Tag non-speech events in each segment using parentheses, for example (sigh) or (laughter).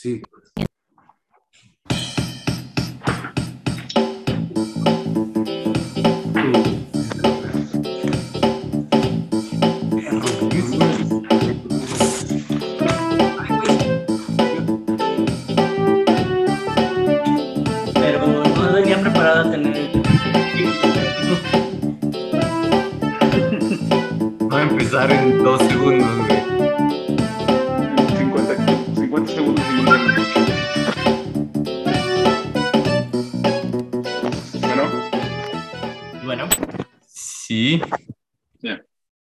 Sí. Pero no venía preparada a tener. Va a empezar en dos segundos, güey. 50, 50 segundos y un minuto. Bueno, Bueno, Sí. Ya.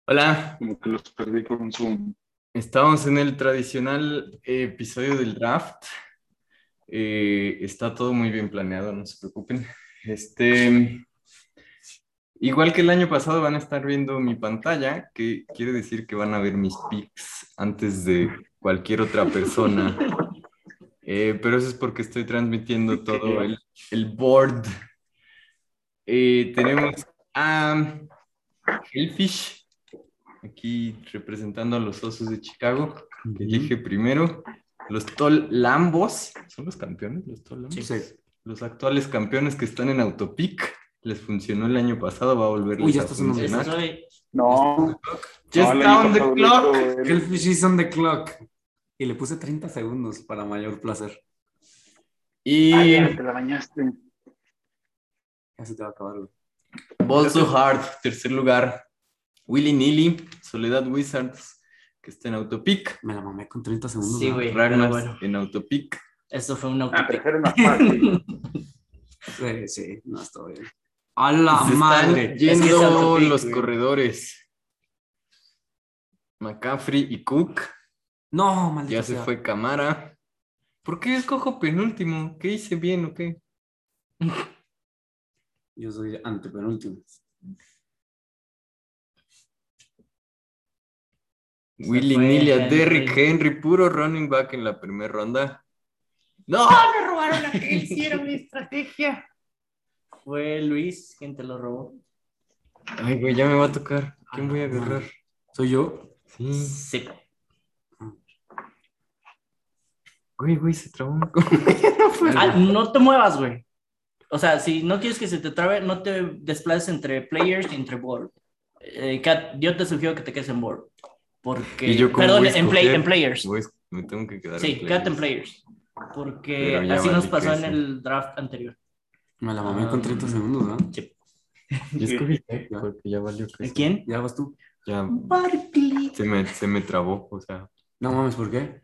Hola, como que los perdí con Zoom. estamos en el tradicional episodio del draft. Eh, está todo muy bien planeado, no se preocupen. Este, igual que el año pasado van a estar viendo mi pantalla, que quiere decir que van a ver mis pics antes de cualquier otra persona. Eh, pero eso es porque estoy transmitiendo todo el, el board. Eh, tenemos a Elfish, aquí representando a los osos de Chicago, que elige primero. Los Tol Lambos, ¿son los campeones? Los Tol Lambos? Sí. Los actuales campeones que están en Autopic. Les funcionó el año pasado, va a volver Uy, ya a está sonando. esta funcionar. soy. No, Just no, el año down the pasado eh. lo clock. hizo él. Selfish is on the clock. Y le puse 30 segundos para mayor placer. Y Ay, te la bañaste. Ya se te va a acabar, güey. Ball So Hard, tercer lugar. Willy Nilly, Soledad Wizards, que está en Autopic. Me la mamé con 30 segundos. Sí, ¿no? güey. Ragnar pero bueno, en Autopic. esto fue un Ah, autopic. pero era más fácil. Sí, sí, no está bien. A la Se están madre. Ah, yendo Es que es Autopic, los güey. corredores. McCaffrey y Cook. No, maldito. Ya se sea. fue Camara. ¿Por qué escojo penúltimo? ¿Qué hice bien o qué? Yo soy antepenúltimo. Se Willy fue Nilly a Henry. Derrick Henry, puro running back en la primera ronda. ¡No! me robaron a que hicieron mi estrategia. Fue Luis quien te lo robó. Ay, güey, ya me va a tocar. ¿Quién voy a agarrar? ¿Soy yo? Sí. Sí. Güey, güey, se trabó. Ah, no te muevas, güey. O sea, si no quieres que se te trabe, no te desplaces entre players y entre board. Eh, Kat, yo te sugiero que te quedes en board. Porque. ¿Y yo cómo Perdón, voy a en, play- escoger? en players. Güey, Pues, me tengo que quedar. Sí, en quédate en players. players. Porque Pero ya así nos valí pasó en queso. el draft anterior. Me la mamé Ah. con 30 segundos, ¿no? Yo escogí Tech porque ya valió que ¿En quién? Ya vas tú. Ya Barkley. se me, se me trabó, o sea, No mames, ¿por qué?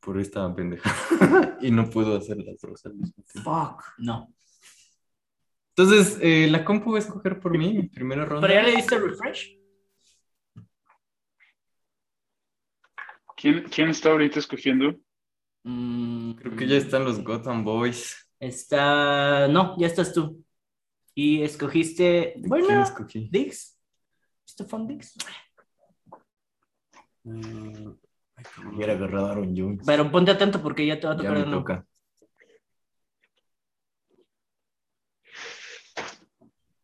por esta pendeja. (laughs) y no puedo hacer las dos al mismo tiempo. Fuck. No. Entonces, eh, la compu va a escoger por mí en primera ronda. ¿Pero ya le diste refresh? ¿Quién, ¿Quién está ahorita escogiendo? Mm, Creo que ya están los Gotham Boys. Está. No, ya estás tú. Y escogiste. ¿Quién Bueno, escogí? Dix. Stefan Dix. Eh, ay, cabrón. Hubiera agarrado a Aaron Jones. Pero ponte atento porque ya te va a Ya tocar me de nuevo. toca.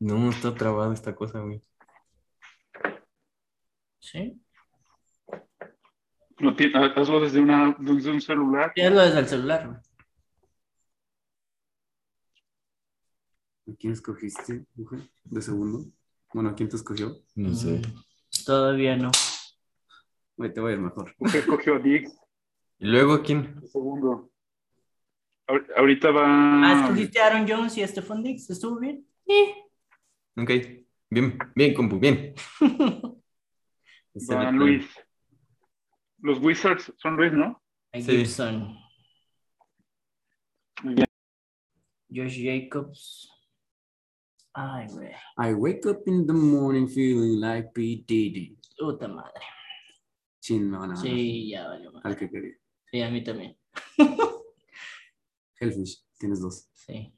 No, está trabada esta cosa, güey. Sí. Lo ti- ha- hazlo desde, una, desde un celular. Ya lo desde el celular. güey. ¿A quién escogiste, mujer? De segundo. Bueno, ¿a quién te escogió? No sé. Mm, Todavía no. Güey, te voy a ir mejor. Usted (laughs) escogió a Dix, ¿Y luego quién? el segundo. Ahor- Ahorita va. Mm. Ah, escogiste a Aaron Jones y a Stefan Dix. ¿Estuvo bien? Sí. Ok. Bien, bien, compu, bien. Este, Ese era Don el Luis. Los Wizards son Luis, ¿no? A Sí. Gibson. Muy bien. Josh Jacobs. Ay, güey. I wake up in the morning feeling like P. Diddy. Puta madre. Chin, me van Ah. a ganar. Sí, ya valió. madre. Al que quería. Sí, a mí también. Hellfish, tienes dos. Sí.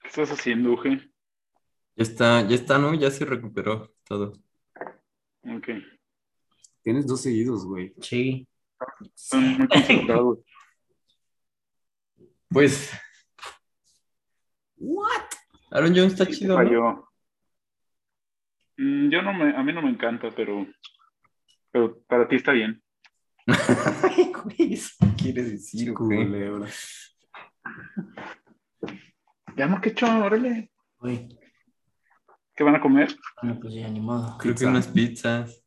¿Qué estás haciendo, Uge? Ya está, ya está, ¿no? Ya se recuperó todo. Ok. Tienes dos seguidos, güey. Sí. Están muy concentrados. Pues, What? Aaron Jones está Sí, chido, ¿no? falló. Mm, Yo no me, a mí no me encanta, pero pero para ti está bien. Ay, güey, ¿eso qué quiere decir, güey? Culebra. Veamos qué chon, órale. Uy, ¿Qué van a comer? bueno, pues ya, ni modo. Creo que Pizza. unas pizzas.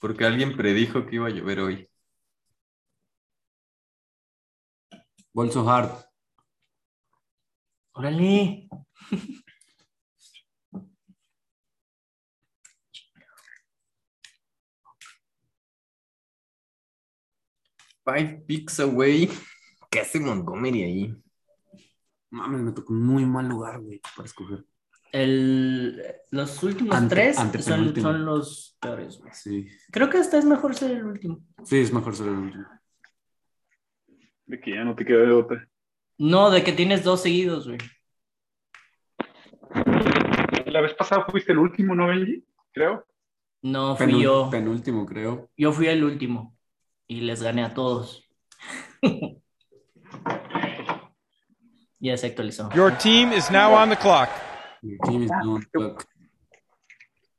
Porque alguien predijo que iba a llover hoy. Bolso hard. Órale. Five picks away. ¿Qué hace Montgomery ahí? Mames, me tocó un muy mal lugar, güey, para escoger. El, los últimos Ante- tres son, antepenúltimo. son los peores, güey. Sí. Creo que hasta es mejor ser el último. Sí, es mejor ser el último. De que ya no te queda de otra. No, de que tienes dos seguidos, güey. La vez pasada fuiste el último, ¿no, Benji? Creo. No fui Penul- yo. Penúltimo, creo. Yo fui el último. Y les gané a todos. (laughs) ya se actualizó. Your team is now on the clock. Your team is down, fuck.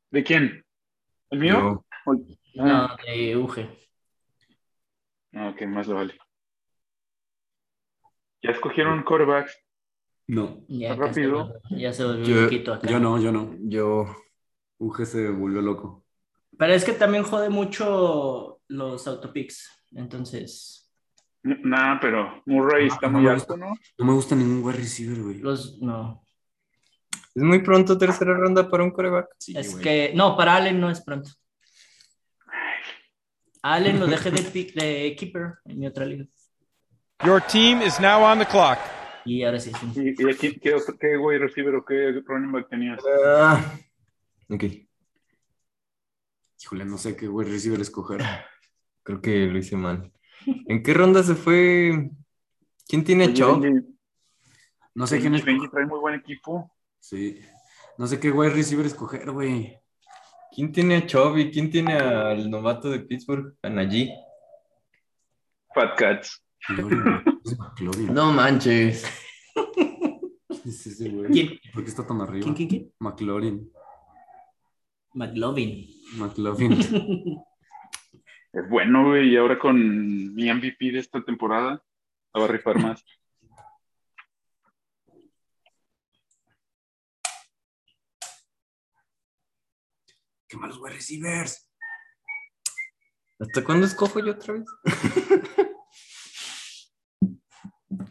¿De quién? ¿El mío? Ah, Yo, No, de Uge. No, que más lo vale. Ya escogieron quarterbacks. No, Ya, Está casi rápido. lo- ya se volvió Yo- loquito acá. yo no, yo no. yo, UG se volvió loco. Pero es que también jode mucho los autopics. Entonces, Nah, pero Murray Ah, está no muy me alto, ¿no? No me gusta ningún wide receiver, güey. los no. Es muy pronto tercera ronda para un coreback. Sí, es güey. que, no, para Allen no es pronto. Allen lo dejé de, pick- de keeper en mi otra liga. Your team is now on the clock. Y ahora sí es un- ¿Y, y aquí qué, otro, qué wide receiver o qué running back tenías? Ah, ok, Híjole, no sé qué wide receiver escoger. creo que lo hice mal. ¿En qué ronda se fue? ¿Quién tiene a Oye, Chubb? Benji- No sé quién Benji, es. Benji trae muy buen equipo. Sí. No sé qué wide receiver escoger, güey. ¿Quién tiene a Chubb y quién tiene al novato de Pittsburgh? A Najee. Fat Cats. McLaurin, es McLaurin. No manches. ¿Quién es ese güey? ¿Quién? ¿Por qué está tan arriba? ¿Quién, quién, quién? McLaurin. McLovin. McLaughlin. Es bueno, güey. Y ahora con mi MVP de esta temporada, la va a rifar (laughs) más. (laughs) ¡Qué malos wide receivers! ¿Hasta cuándo escojo yo (laughs) otra vez?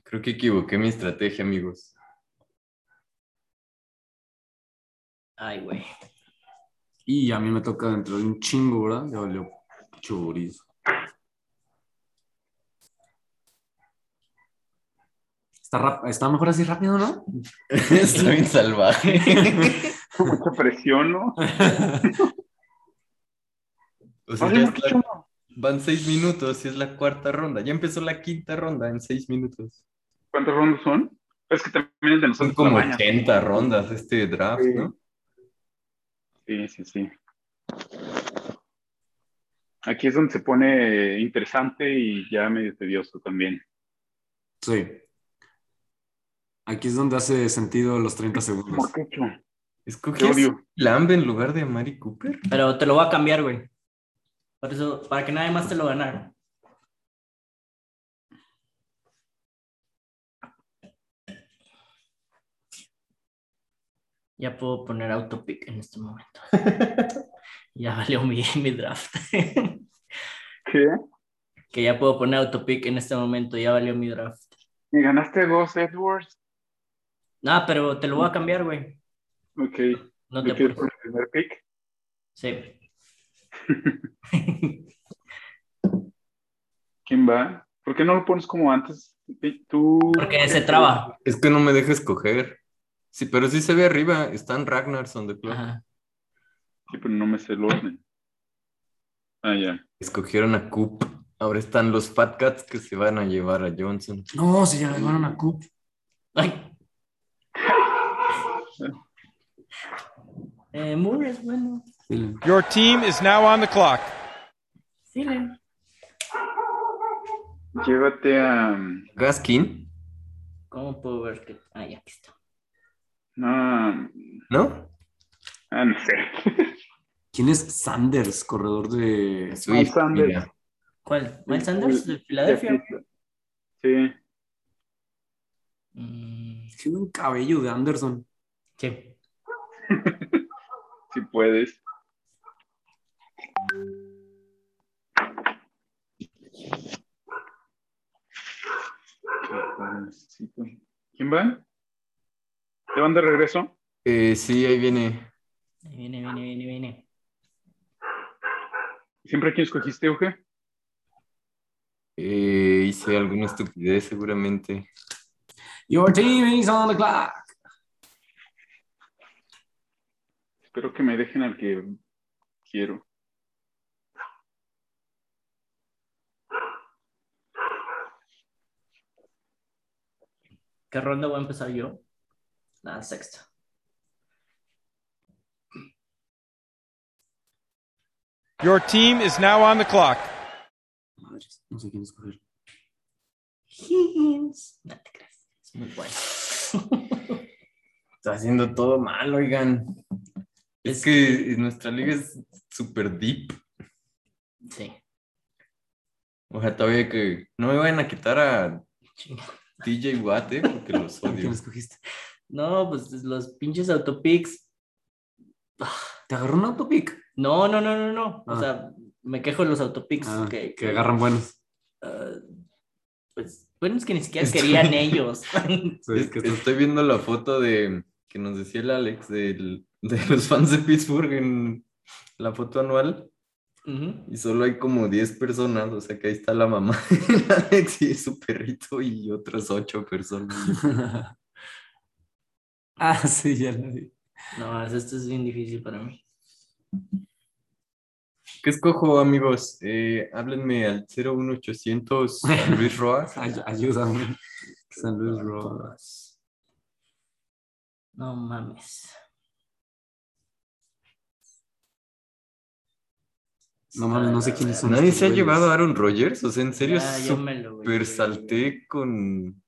Creo que equivoqué mi estrategia, (laughs) amigos. Ay, güey. Y a mí me toca dentro de un chingo, ¿verdad? Ya valió chorizo. Está, rap- está mejor así rápido, (laughs) ¿no? Estoy bien salvaje. Mucha presión, ¿no? O sea, Oye, ya muchacho, está- van seis minutos y es la cuarta ronda. Ya empezó la quinta ronda en seis minutos. ¿Cuántas rondas son? Es que también el de nosotros Son como la baña. 80 rondas este draft, Sí. ¿no? Sí, sí, sí. Aquí es donde se pone interesante y ya medio tedioso también. Sí. Aquí es donde hace sentido los 30 segundos. ¿Por qué, Chu? Te Escogí a odio. Lamb en lugar de a Mari Cooper. Pero te lo voy a cambiar, güey. Por eso, para que nadie más te lo ganara. Ya puedo poner autopic en este (laughs) momento. ya valió mi, mi draft. (laughs) ¿Qué? que ya puedo poner autopic en este momento, ya valió mi draft. ¿Me ganaste a Gus Edwards? Ah, pero te lo voy a cambiar, güey. Ok. No te ¿Me quedas con apures. el primer pick? Sí. ¿Quién va? ¿Por qué no lo pones como antes? Tú. (laughs) Porque se traba. Es que no me deja escoger. Sí, pero sí se ve arriba. Están Ragnarsson de clock. Ajá. Sí, pero no me sé el orden. Ah, ya. Escogieron a Coop. Ahora están los Fat Cats que se van a llevar a Johnson. No, se llamaron a Coop. Ay. Eh, Moore es bueno. Dile. Your team is now on the clock. Sí, le- Llévate a. Gaskin, ¿Cómo puedo ver que.? Ah, ya aquí está. No. ¿no? Ah, no sé. ¿Quién es Sanders, corredor de Swift, Sanders. mira. ¿Cuál? ¿Miles Sanders de Filadelfia? Sí, Mm, Tiene un cabello de Anderson. sí. sí puedes. ¿Quién va? ¿Te van de regreso? Eh, sí, ahí viene. Ahí Viene, viene, viene, viene. ¿Siempre a quién escogiste, Euge? Eh, hice alguna estupidez seguramente. Your team is on the clock. Espero que me dejen al que quiero. ¿Qué ronda voy a empezar yo? La sexta. Your team is now on the clock. Madres, no sé quién escoger. Higgins. No te creas. Es muy (laughs) bueno. Está haciendo todo mal, oigan. Es que nuestra liga es súper deep. sí. O sea, todavía que no me vayan a quitar a Chinga. DJ Watt, eh, porque los ¿A quién odio. escogiste? No, pues los pinches autopics. ¿Te agarró un autopic? No, no, no, no, no. O Ah. sea, me quejo de los autopics. Ah, que, Que agarran buenos. ah, pues, bueno, es que ni siquiera (laughs) Estoy- querían ellos. Sí, Es- que estos- Estoy viendo la foto de que nos decía el Alex del- de los (laughs) fans de Pittsburgh en la foto anual Ujú. y solo hay como 10 personas, o sea que ahí está la mamá (laughs) de Alex y su perrito y otras 8 personas. (laughs) ah, sí, ya lo vi. No, es- esto es bien difícil para mí. ¿Qué escojo, amigos? Eh, háblenme al 01800 a Luis Roa. Ay- ayúdame. San Luis Rojas. No mames. No mames, no sé quiénes son. Pues Nadie estos se ha güeyes. llevado a Aaron Rodgers, o sea, en serio, Ah, Ya, yo me lo, güey. super salté con...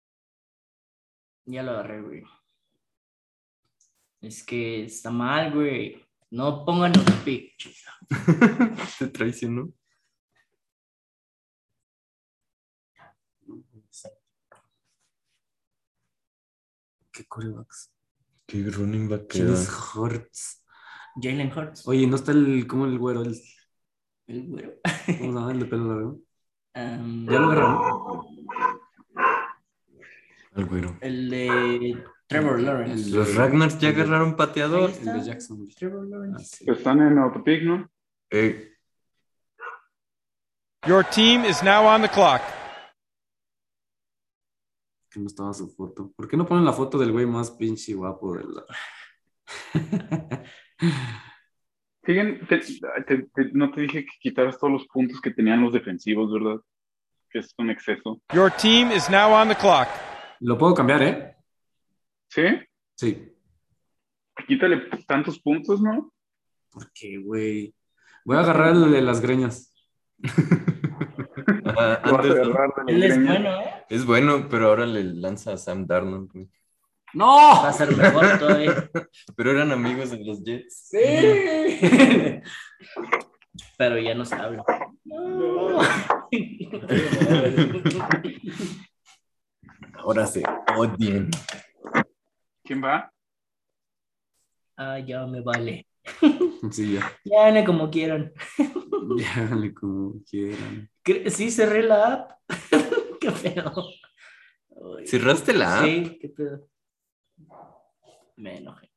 (laughs) Ya lo agarré, güey. Es que está mal, güey. No pongan autopic. chica. Te traicionó. ¿Qué corebacks? Qué running back ¿Quién queda. es Hortz? Jalen Hurts. Oye, ¿no está el, como el güero? El, El güero. ¿Cómo se llama? El de pelo largo. Am, Ya lo agarraron. Al güero. el de Trevor Lawrence. El- Los Ragnars ya agarraron pateador. Ahí El de Jackson. Ah, Trevor Lawrence. Están en Autopic, ¿no? Eh, Your team is now on the clock. Que no estaba su foto. ¿Por qué no ponen la foto del güey más pinche guapo de la... (laughs) Siguen, te- te- te- no te dije que quitaras todos los puntos que tenían los defensivos, ¿verdad? Que es un exceso. Your team is now on the clock. Lo puedo cambiar, ¿eh? ¿Sí? Sí. Quítale tantos puntos, ¿no? ¿Por qué, güey? Voy a agarrar el de las greñas. ah, Lo vas a Anderson agarrar de la Él es greña. bueno, ¿eh? es bueno, pero ahora le lanza a Sam Darnold. güey. Va ¡No! a ser (laughs) mejor todavía. Pero eran amigos de los Jets. Sí. Pero ya no se habla. Ahora se odian. ¿Quién va? (laughs) Ah, ya me vale. Sí, ya. (laughs) Ya háganle como quieran. Ya háganle como quieran. Cre- Sí, cerré la app. (laughs) qué pedo. Ay, ¿Cerraste la app? Sí, qué pedo. Me enojé.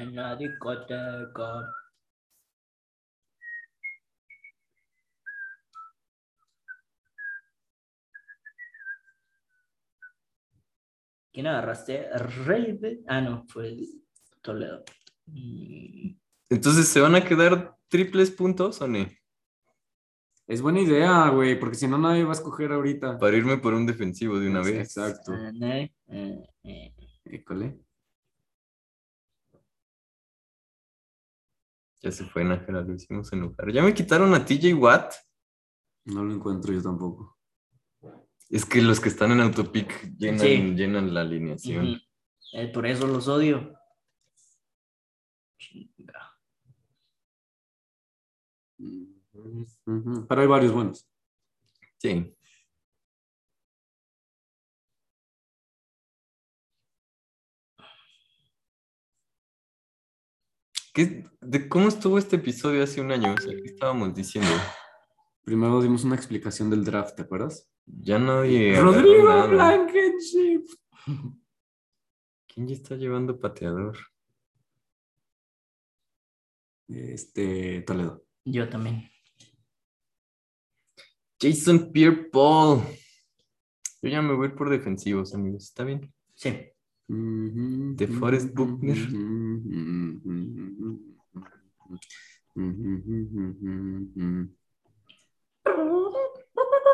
En la discoteca. ¿Quién agarraste? Rey de- Ah, no, fue el Toledo. Mm. Entonces, ¿se van a quedar triples puntos o no? Es buena idea, güey, porque si no nadie va a escoger ahorita. Para irme por un defensivo de una vez. Exacto. Ah, no, eh, eh. École. Ya se fue, Nájera, lo hicimos enojar. Ya me quitaron a TJ Watt. No lo encuentro yo tampoco. Es que los que están en Autopic llenan, Sí. llenan la alineación. Ujú. Eh, por eso los odio. Chinga. Ujú, Pero hay varios buenos. Sí. ¿Qué- de ¿Cómo estuvo este episodio hace un año? O sea, ¿Qué estábamos diciendo? Primero dimos una explicación del draft, ¿te acuerdas? Ya nadie. agarró Rodrigo nada. Blankenship. ¿Quién ya está llevando pateador? Este, Toledo. Yo también. Jason Pierre Paul. Yo ya me voy a ir por defensivos, amigos. ¿Está bien? Sí. De De Forrest Buckner.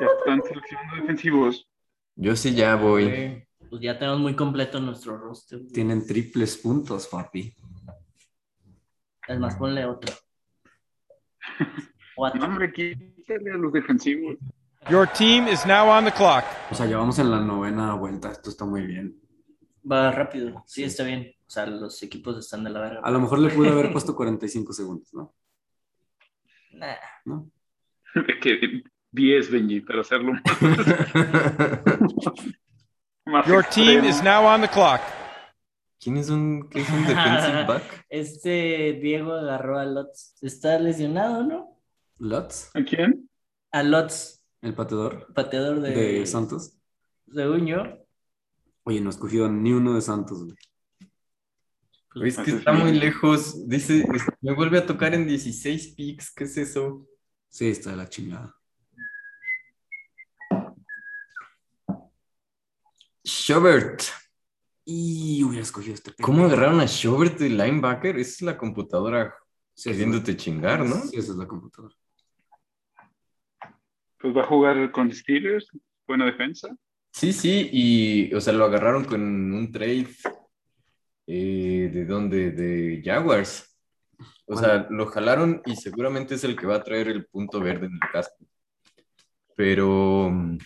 Ya están seleccionando defensivos. Yo sí ya voy. Pues ya tenemos muy completo nuestro roster. güey. Tienen triples puntos, papi. Es más, ponle otro. (laughs) No, Cuatro. hombre, quítale a los defensivos. (laughs) Your team is now on the clock. O sea, ya vamos en la novena vuelta. Esto está muy bien. Va rápido. Sí, está bien. O sea, los equipos están de la verga. A lo mejor le pude haber puesto 45 segundos, ¿no? Nah. ¿No? Que 10, Benji, para hacerlo (laughs) más- (laughs) más. Your team extremo. is now on the clock. ¿Quién es un, qué es un defensive back? Este Diego agarró a Lotz. Está lesionado, ¿no? Lutz, ¿A quién? A Lotz, el pateador pateador de, de Santos. según yo. Oye, no he escogido ni uno de Santos, güey. Güey, Es que está muy lejos. Dice, es- me vuelve a tocar en 16 picks. ¿Qué es eso? Sí, está de la chingada. Schubert. Y hubiera escogido este pendejo. ¿Cómo agarraron a Schubert de linebacker? Esa es la computadora Sí, esa es la- queriéndote chingar, ¿no? Sí, esa es la computadora. Pues va a jugar con Steelers. Buena defensa. Sí, sí, y, o sea, lo agarraron con un trade. eh, ¿De dónde? De Jaguars. O sea, lo jalaron y seguramente es el que va a traer el punto verde en el casco. Pero, mm,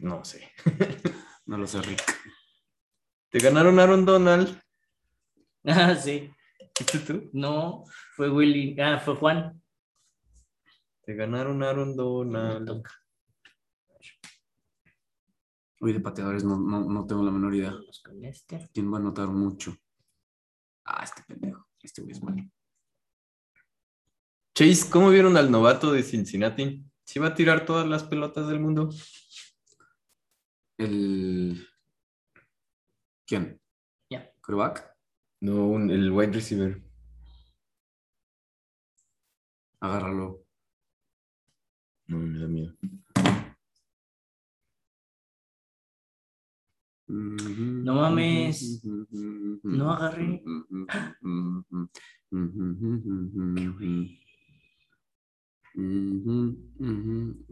no sé. No lo sé, Rick. Te ganaron Aaron Donald. Ah, sí. ¿Viste tú? No, fue Willy. Ah, fue Juan. Te ganaron Aaron Me Donald. toca. Hoy de pateadores no, no, no tengo la menor idea. Vamos con este. ¿Quién va a notar mucho? Ah, este pendejo. Este güey es malo. Chase, ¿cómo vieron al novato de Cincinnati? ¿Sí va a tirar todas las pelotas del mundo? El... ¿Quién? Ya. Coreback. No, un- el wide receiver. Agárralo. No, me da miedo. No mames. No agarré.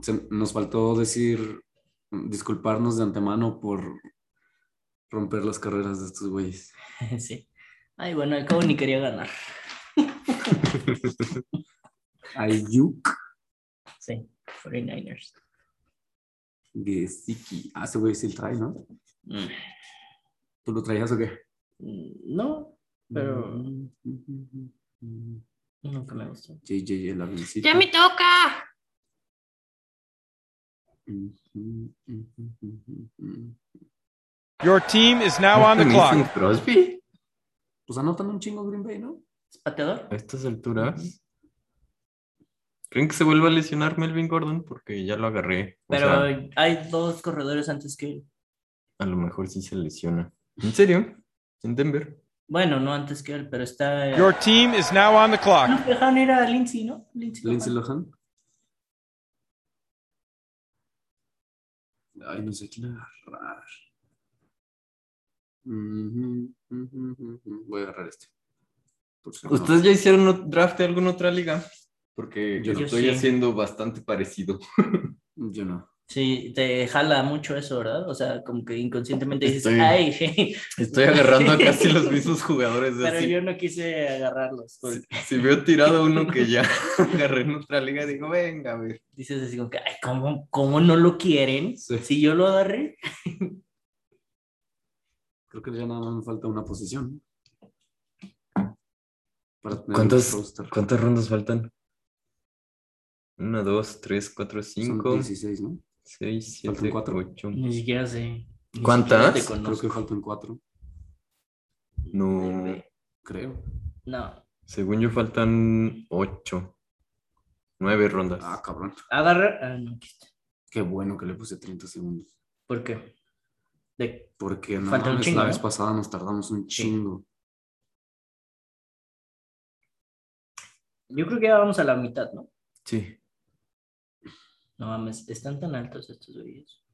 Se- nos faltó decir, disculparnos de antemano por romper las carreras de estos güeyes. (laughs) Sí. Ay, bueno, al cabo ni quería ganar. Ayuk Sí, 49ers. Gesicki. Ah, ese güey sí el trae, ¿no? Mm. ¿Tú lo traías o qué? Mm, No, Pero- nunca me gustó. JJ mm. el avioncito. ¡Ya me toca! Your team is now on the Este ¿Mason clock. Crosby? Pues anotan un chingo Green Bay, ¿no? ¿Es pateador? A estas alturas. ¿Creen que se vuelva a lesionar Melvin Gordon? Porque ya lo agarré. O Pero sea, hay dos corredores antes que él. a lo mejor sí se lesiona. ¿En serio? ¿En Denver? Bueno, no antes que él, pero está. eh, Your team is now on the clock. No dejaron ir a Lindsay, ¿no? Lindsay. Lohan. Lindsay Lohan. Ay, no sé quién agarrar. Ujú, ujú, ujú. Voy a agarrar este. Por si no- ¿Ustedes ya hicieron un draft de alguna otra liga? Porque Yo yo no. estoy Yo sí. haciendo bastante parecido. Yo no. Sí, te jala mucho eso, ¿verdad? O sea, como que inconscientemente dices, Estoy- ay, (laughs) (laughs) je". Estoy agarrando a casi los mismos jugadores. de pero así. yo no quise agarrarlos. Si, Pues, si veo tirado (laughs) uno que ya (laughs) agarré en otra liga, digo, venga, a ver. Dices así como que, ay, ¿cómo, cómo no lo quieren? Sí. Si yo lo agarré. Creo creo que ya nada más me falta una posición. Para tener ¿Cuántas, el roster. ¿Cuántas rondas faltan? Una, dos, tres, cuatro, Son cinco, 16, ¿no? seis, Faltan siete, cuatro. Mm. ocho. Ni siquiera sé. Ni ¿Cuántas? siquiera te Creo conozco. que faltan 4, No, creo. No. según yo faltan ocho. Nueve rondas. Ah, cabrón. Agarra. ah, no, aquí está. Qué bueno que le puse 30 segundos. ¿Por qué? De- Porque no Falta un mames, chingo, la ¿no? vez pasada nos tardamos un chingo. Yo creo que ya vamos a la mitad, ¿no? Sí. No mames, están tan altos estos oídos.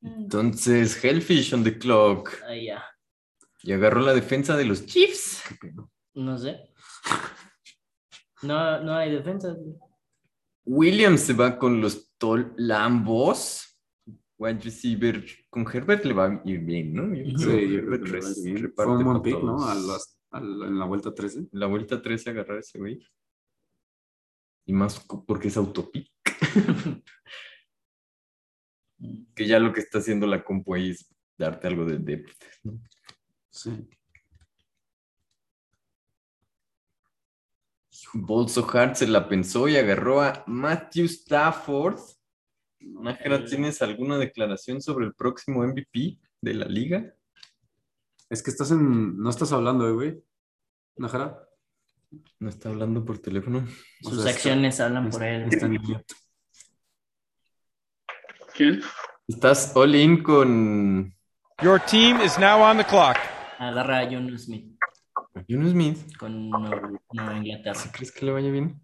Mm. Entonces, Hellfish on the clock. Ahí ya. Y agarró la defensa de los Chiefs. Qué pedo. No sé. No, no hay defensa. güey. Williams se va con los Tol Lambos. Wide receiver con Herbert le va a ir bien, ¿no? Yo Sí, Sí, creo que yo creo Herbert que le va a ir res- bien. reparte Fue un buen pa' pick, ¿no? todos. A las- a la- en la vuelta 13. La vuelta 13 agarrar ese güey. Y más co- porque es autopic. (laughs) Que ya lo que está haciendo la compu ahí es darte algo de depth. Sí. Bolso Hart se la pensó y agarró a Matthew Stafford. Nájera, Eh. ¿tienes alguna declaración sobre el próximo MVP de la liga? Es que estás en. No estás hablando, eh, güey. Najara. No está hablando por teléfono. O Sus sea, está- acciones hablan por él. Está en mute. ¿Quién? Estás all in con Your team is now on the clock. Agarra a John Smith John Smith. con Nueva Nueva Inglaterra. ¿Crees que le vaya bien?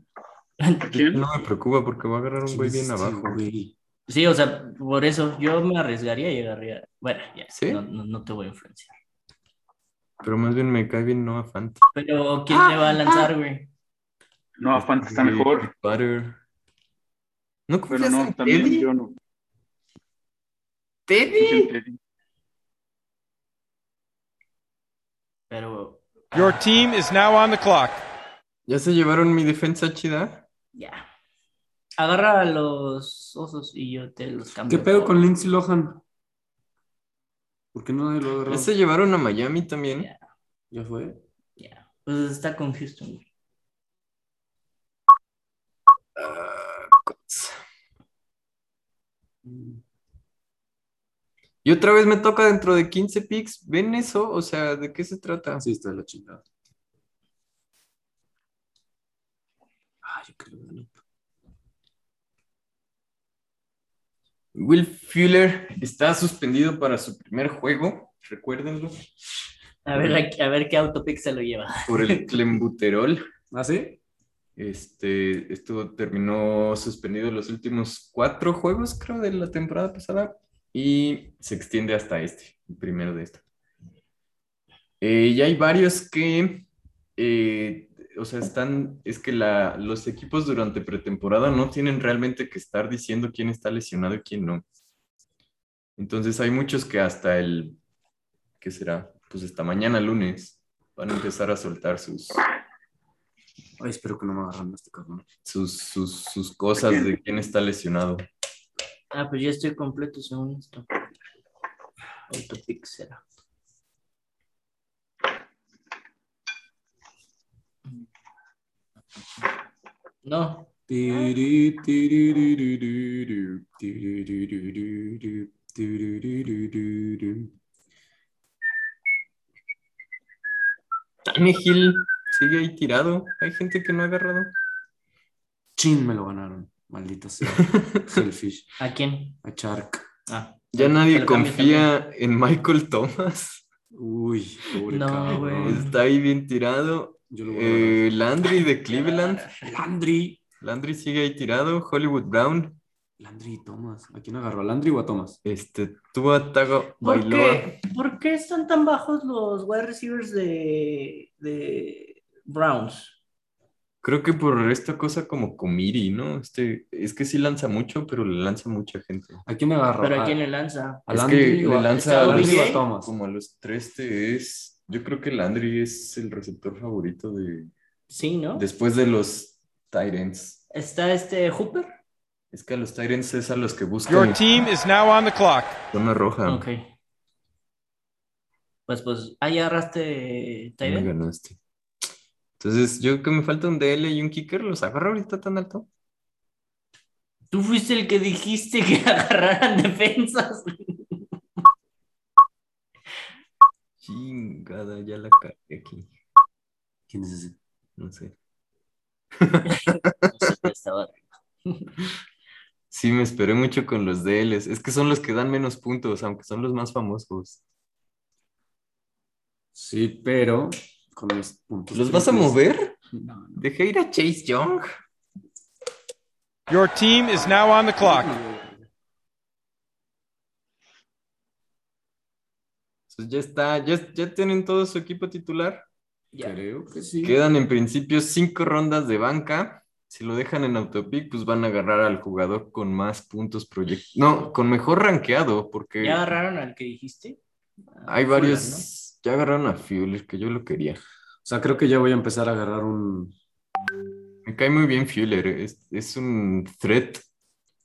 ¿Quién? No me preocupa porque va a agarrar un güey bien Sí, abajo. güey. Sí, o sea, por eso yo me arriesgaría y agarraría. Bueno, ya, ¿Sí? no, no- no te voy a influenciar. Pero más bien me cae bien Noah Fant. Pero ¿quién le va a lanzar, güey? No, Fanta está mejor. Butter. ¿No Bueno, confías no, en también Teddy? yo no. ¿Teddy? Pero Your team is now on the clock. ¿Ya se llevaron mi defensa chida? ya. Agarra a los osos y yo te los cambio. ¿Qué pedo por- con Lindsay Lohan? ¿Por qué no nadie lo agarró? ¿Ya se llevaron a Miami también? Ya. Ya fue. Ya. Pues está con Houston. güey. Ah, Colts. Y otra vez me toca dentro de 15 picks. ¿Ven eso? O sea, ¿de qué se trata? Sí, está de la chingada. Ah, yo creo que ganó. Will Fuller está suspendido para su primer juego, recuérdenlo, A ver, a, a ver qué autopic se lo lleva. por (laughs) el clembuterol. ¿Ah, sí? Este, esto terminó suspendido los últimos cuatro juegos, creo, de la temporada pasada y se extiende hasta este, el primero de esta. Eh, y hay varios que, eh, o sea, están, es que la, los equipos durante pretemporada no tienen realmente que estar diciendo quién está lesionado y quién no. Entonces hay muchos que hasta el, ¿qué será? Pues hasta mañana lunes van a empezar a soltar sus, Ay, espero que no me agarran a este cabrón. sus, sus, sus cosas de quién está lesionado. Ah, pues ya estoy completo según esto. Autopic será. No, Tiri, tiri, tiri, tiri, tiri, tiri, tiri, tiri, tiri, tiri. Tannehill sigue ahí tirado. Hay gente que no ha agarrado. Chin, me lo ganaron. Maldita sea. Selfish. ¿a quién? A Shark. Ah, Ya Te nadie lo cambio confía en Michael Thomas. Uy, pobre No, güey. cabrón. Está ahí bien tirado. Yo lo voy a Eh, (laughs) Landry de Cleveland. ganar. Landry. Landry sigue ahí tirado. Hollywood Brown. Landry y Thomas. ¿A quién agarró? ¿A Landry o a Thomas? Este, Tua Tago ¿Por Bailoa. qué, ¿Por qué están tan bajos los wide receivers de, de Browns? Creo que por esta cosa como Comiri, ¿no? Este, es que sí lanza mucho, pero le lanza mucha gente. ¿A quién agarró? ¿Pero a ¿A- quién le lanza? a es Landry que o le a- lanza a a Landry o a Ok. Thomas? Como a los tres te es. Yo creo que Landry es el receptor favorito de. Sí, ¿no? Después de los Tyrants. Está este Hooper. Es que a los Tyrants es a los que buscan Ah. Your team is now on the clock. zona roja. Ok. pues, pues, ahí agarraste tight Me end. ganaste. Entonces, yo que me falta un DL y un kicker, los agarro ahorita tan alto. Tú fuiste el que dijiste que (laughs) agarraran defensas. Chingada, ya la cagué aquí. ¿Quién es ese? No sé. No sé qué estaba. Sí, me esperé mucho con los DLs. Es que son los que dan menos puntos, aunque son los más famosos. Sí, pero con los puntos. ¿Los vas a triples- mover? No, no. Dejé ir a Chase Young. Your team is now on the clock. Entonces, Pues ya está, ya, ya tienen todo su equipo titular. Ya. Creo que sí. Quedan en principio cinco rondas de banca. Si lo dejan en autopic, pues van a agarrar al jugador con más puntos proyectos. No, con mejor rankeado, porque ¿Ya agarraron al que dijiste? A hay Fuller, varios. Ya agarraron a Fuller, que yo lo quería. O sea, creo que ya voy a empezar a agarrar un. Me cae muy bien Fuller. eh. Es, es un threat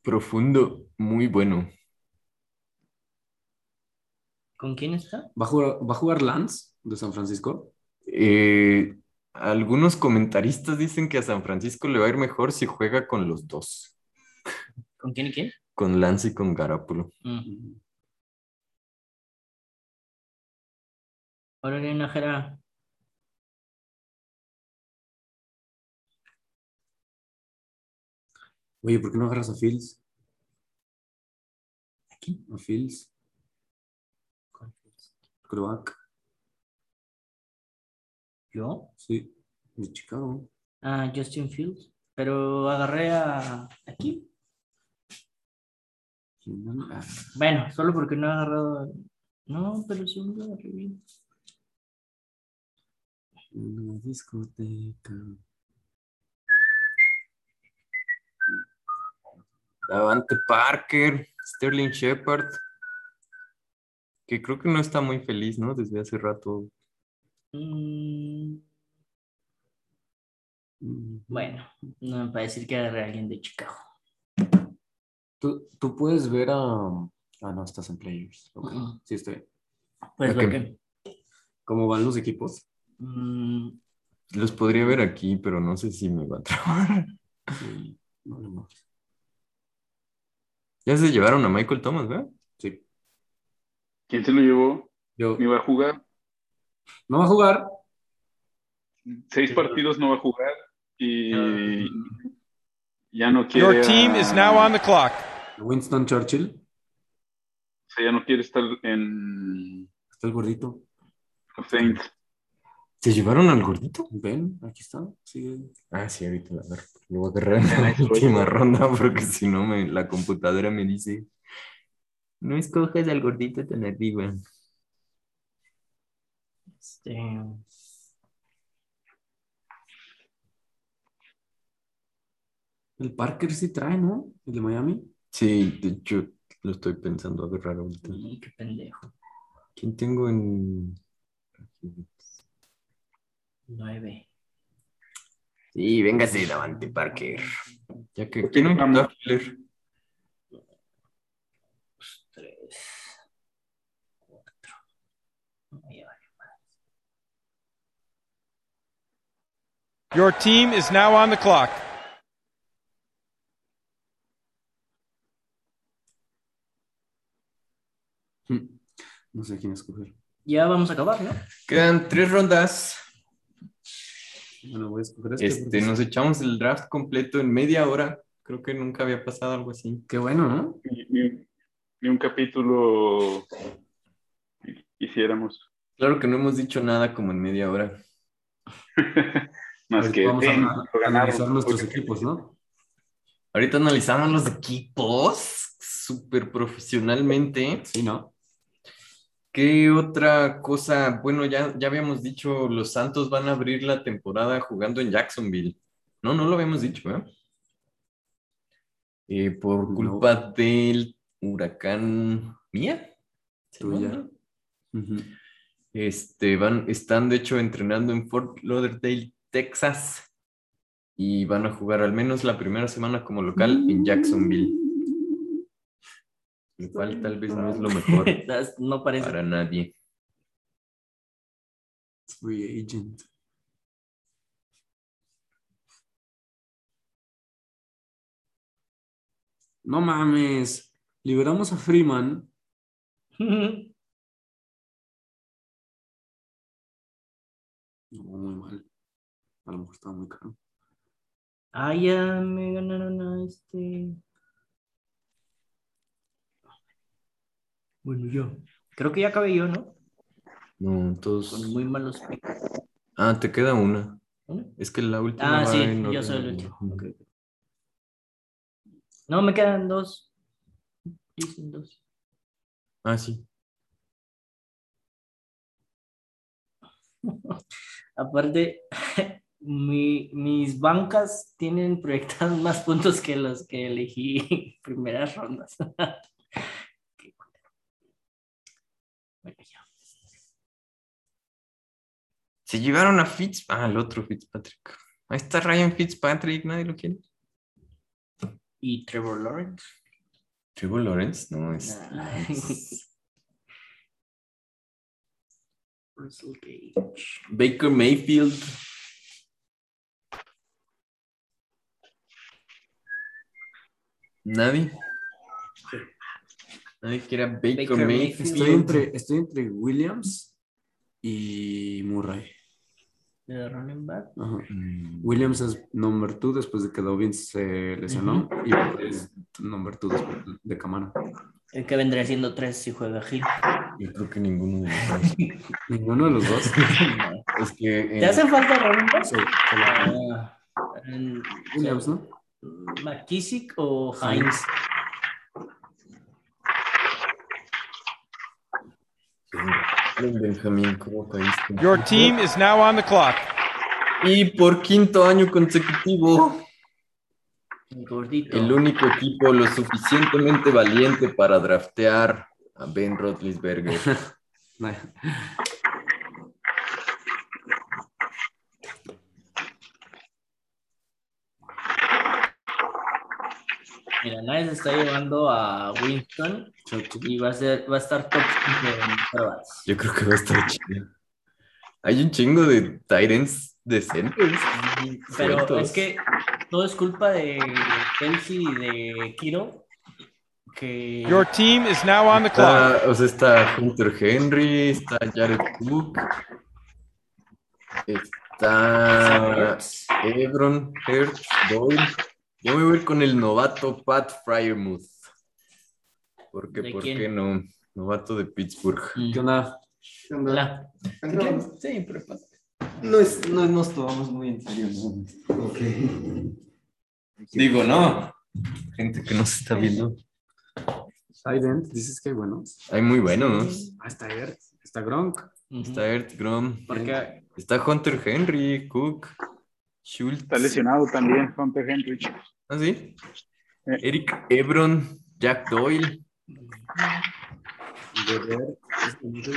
profundo, muy bueno. ¿no? ¿Con quién está? ¿Va a jugar, va a jugar Lance de San Francisco? Eh, algunos comentaristas dicen que a San Francisco le va a ir mejor si juega con los dos, ¿Con quién y quién? con Lance y con Garápulo. Mm. Ahora viene una jera. Oye, ¿por qué no agarras a Fields? ¿Aquí? ¿A Fields? Croac, ¿Yo? sí, de Chicago. Ah, Justin Fields. Pero agarré a. Aquí. Ah, Bueno, solo porque no he agarrado. No, pero sí lo agarré bien. en la discoteca. Davante Parker, Sterling Shepard, que creo que no está muy feliz, ¿no? Desde hace rato. Mm, Mm. bueno, no me parece que agarré a alguien de Chicago. (laughs) ¿Tú, tú puedes ver a. Ah, no, estás en Players. Ok, Ujú. Sí, estoy. Pues Ok. lo que. ¿Cómo van los equipos? mm, Los podría ver aquí, pero no sé si me va a trabar. (laughs) Sí, no, no, no. Ya se llevaron a Michael Thomas, ¿verdad? Sí. ¿Quién se lo llevó? Yo. Ni va a jugar. No va a jugar. Seis partidos no va a jugar. Ah. Y ya no quiere. Your team a- is now on the clock. Winston Churchill. o sea, ya no quiere estar en Está el gordito. los Saints. ¿Se llevaron al gordito? Ven, aquí está. Sigue. Ah, sí, ahorita la agarro. Lo voy a agarrar en la última ronda (laughs) porque si no me, la computadora me dice no escoges al gordito tan arriba. este, El Parker sí trae, ¿no? El de Miami. Sí, de hecho, lo estoy pensando agarrar ahorita. mm, qué pendejo. ¿Quién tengo en...? Nueve. Sí, véngase, Davante Parker. Ya que... Ok, ¿Quién no vamos. está Fuller? pues, Tres. Cuatro. no, ya valió madre. Your team is now on the clock. Hmm. No sé quién escoger. Ya vamos a acabar, ¿no? (laughs) Quedan tres rondas. Bueno, voy a escoger este. Este, porque- nos echamos el draft completo en media hora. Creo que nunca había pasado algo así. Qué bueno, ¿no? Ni, ni un- ni un capítulo hiciéramos. Claro que no hemos dicho nada como en media hora. Más Ahorita que vamos a "Ten, ana- lo ganaron". analizar nuestros Porque- equipos, ¿no? Ahorita analizamos los equipos súper profesionalmente. Sí, ¿no? ¿Qué otra cosa? Bueno, ya, ya habíamos dicho, los Santos van a abrir la temporada jugando en Jacksonville. No, no lo habíamos dicho, ¿eh? Eh, por No. culpa del huracán Mía. ¿Se Tuya. llama? Ujú. Este, van, están de hecho entrenando en Fort Lauderdale, Texas, y van a jugar al menos la primera semana como local en Mm. Jacksonville. Lo cual tal vez no es lo mejor (laughs) Das- no parece. para nadie. Free agent. No mames. Liberamos a Freeman. No, muy mal. A lo mejor estaba muy caro. (laughs) Ah, ya me ganaron a este. Bueno, yo. Creo que ya acabé yo, ¿no? No, Con todos. muy malos picks. Ah, te queda una. ¿Una? Es que la Ah, última. va sí, en yo orden. soy el último. Ujú. Ok, ok. No, me quedan dos. Dicen dos. Ah, sí. Aparte, (laughs) mi- mis bancas tienen proyectados más puntos que los que elegí (laughs) en primeras rondas. Qué culero. Bueno, ya. Se llevaron a Fitz. Ah, el otro Fitzpatrick. Ahí está Ryan Fitzpatrick, nadie lo quiere. Y Trevor Lawrence. Trevor Lawrence, no es. Nah. (laughs) Russell Gage. Baker Mayfield. Nadie. Nadie quiere a Baker, Baker Mayfield. Estoy entre, estoy entre Williams y Murray. De running back. Ajá. Mm, Williams es number two después de que Dobbins se lesionó y Murray es number two después de Camara. El que vendría siendo tres si juega Gil. Yo creo que ninguno de los dos. Ninguno de los dos. (laughs) Es que. eh, ¿Te hacen falta running back? Se- se la- Ah, en- Williams, ¿no? ¿McKissick o Hines? Benjamín, ¿cómo caíste? Your team is now on the clock. Y por quinto año consecutivo, El gordito. el único equipo lo suficientemente valiente para draftear a Ben Roethlisberger. (laughs) Nah. Mira, nadie se está llevando a Winston Chato. y va a, ser, va a estar top cinco en pruebas. Yo creo que va a estar chido. Hay un chingo de Tyrants decentes. Pero Sueltos. es que todo es culpa de Kelsey y de Kiro. Que Your team is now on the clock. Está, o sea, está Hunter Henry, está Jared Cook, está Ebron, Hertz, Doyle. Yo me voy a ir con el novato Pat Fryermuth. Porque, ¿De ¿por quién? qué no? Novato de Pittsburgh. ¿Qué onda? La- Siempre pasa. No, es, no nos tomamos muy en serio. Digo, no. Gente que no se está viendo. Tight end, dices que hay buenos. Hay muy buenos. Ah, está Ertz, está Gronk. Ujú. Está Ert Grom. Porque Está Hunter Henry, Cook, Schultz. Está lesionado también, Hunter Henry. ¿Ah, sí? Eh. Eric Ebron, Jack Doyle. De ver, es que no sé,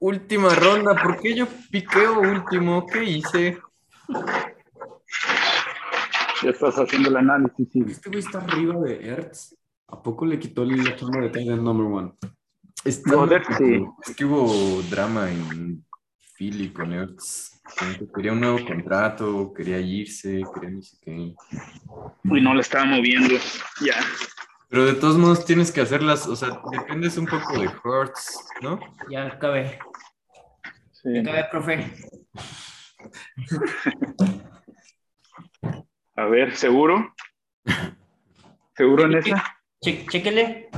Última ronda, ¿por qué yo piqueo último? ¿Qué hice? Ya estás haciendo el análisis, sí. Este güey está arriba de Ertz. ¿A poco le quitó la chamba de tight end number one? Está- Joder, sí. Este, Es que hubo drama en Philly con Ertz. Como que Quería un nuevo contrato, quería irse, quería no sé qué. Uy, no la estaba moviendo. Ya. Pero de todos modos tienes que hacerlas, o sea, dependes un poco de Hurts, ¿no? ya acabé. Sí. Acabé, profe. A ver, ¿seguro? ¿Seguro en esa? Che- chéquele.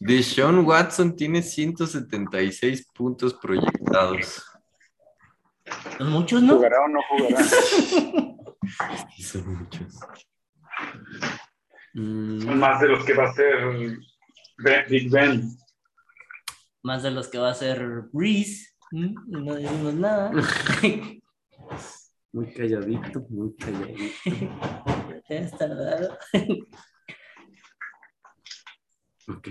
Deshaun Watson tiene 176 puntos proyectados. Son muchos, ¿no? ¿Jugará o no jugará? Y son muchos. Mm, Son más de los que va a ser Ben- Big Ben. Más de los que va a ser Reese. ¿Mm? Y No decimos (laughs) nada. muy calladito, muy calladito. Te has tardado. Ok.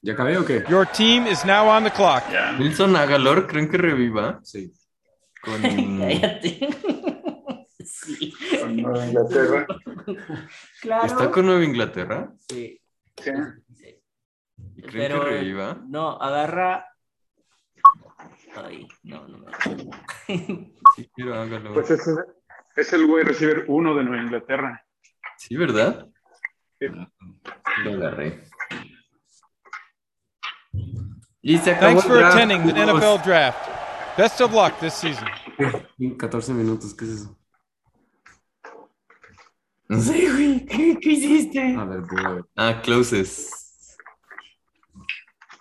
¿Ya acabé o qué? Your team is now on the clock. Ya. Wilson Agalor, ¿creen que reviva? Sí. Con... Cállate. (laughs) Sí. Con Nueva Inglaterra. Claro. ¿Está con Nueva Inglaterra? Sí. Sí. sí. ¿Y ¿Creen Pero, que reviva? No, agarra. Ay, no, no me. Sí, quiero, hágalo. Pues ese es, es el güey receiver uno de Nueva Inglaterra. Sí, ¿verdad? Sí. Lo agarré. Y se acabó Thanks el for draft, attending the amigos. NFL Draft. Best of luck this season. 14 minutos, ¿qué es eso? No sé, güey. (laughs) ¿Qué, qué hiciste? A ver, voy a ver. Ah, closes.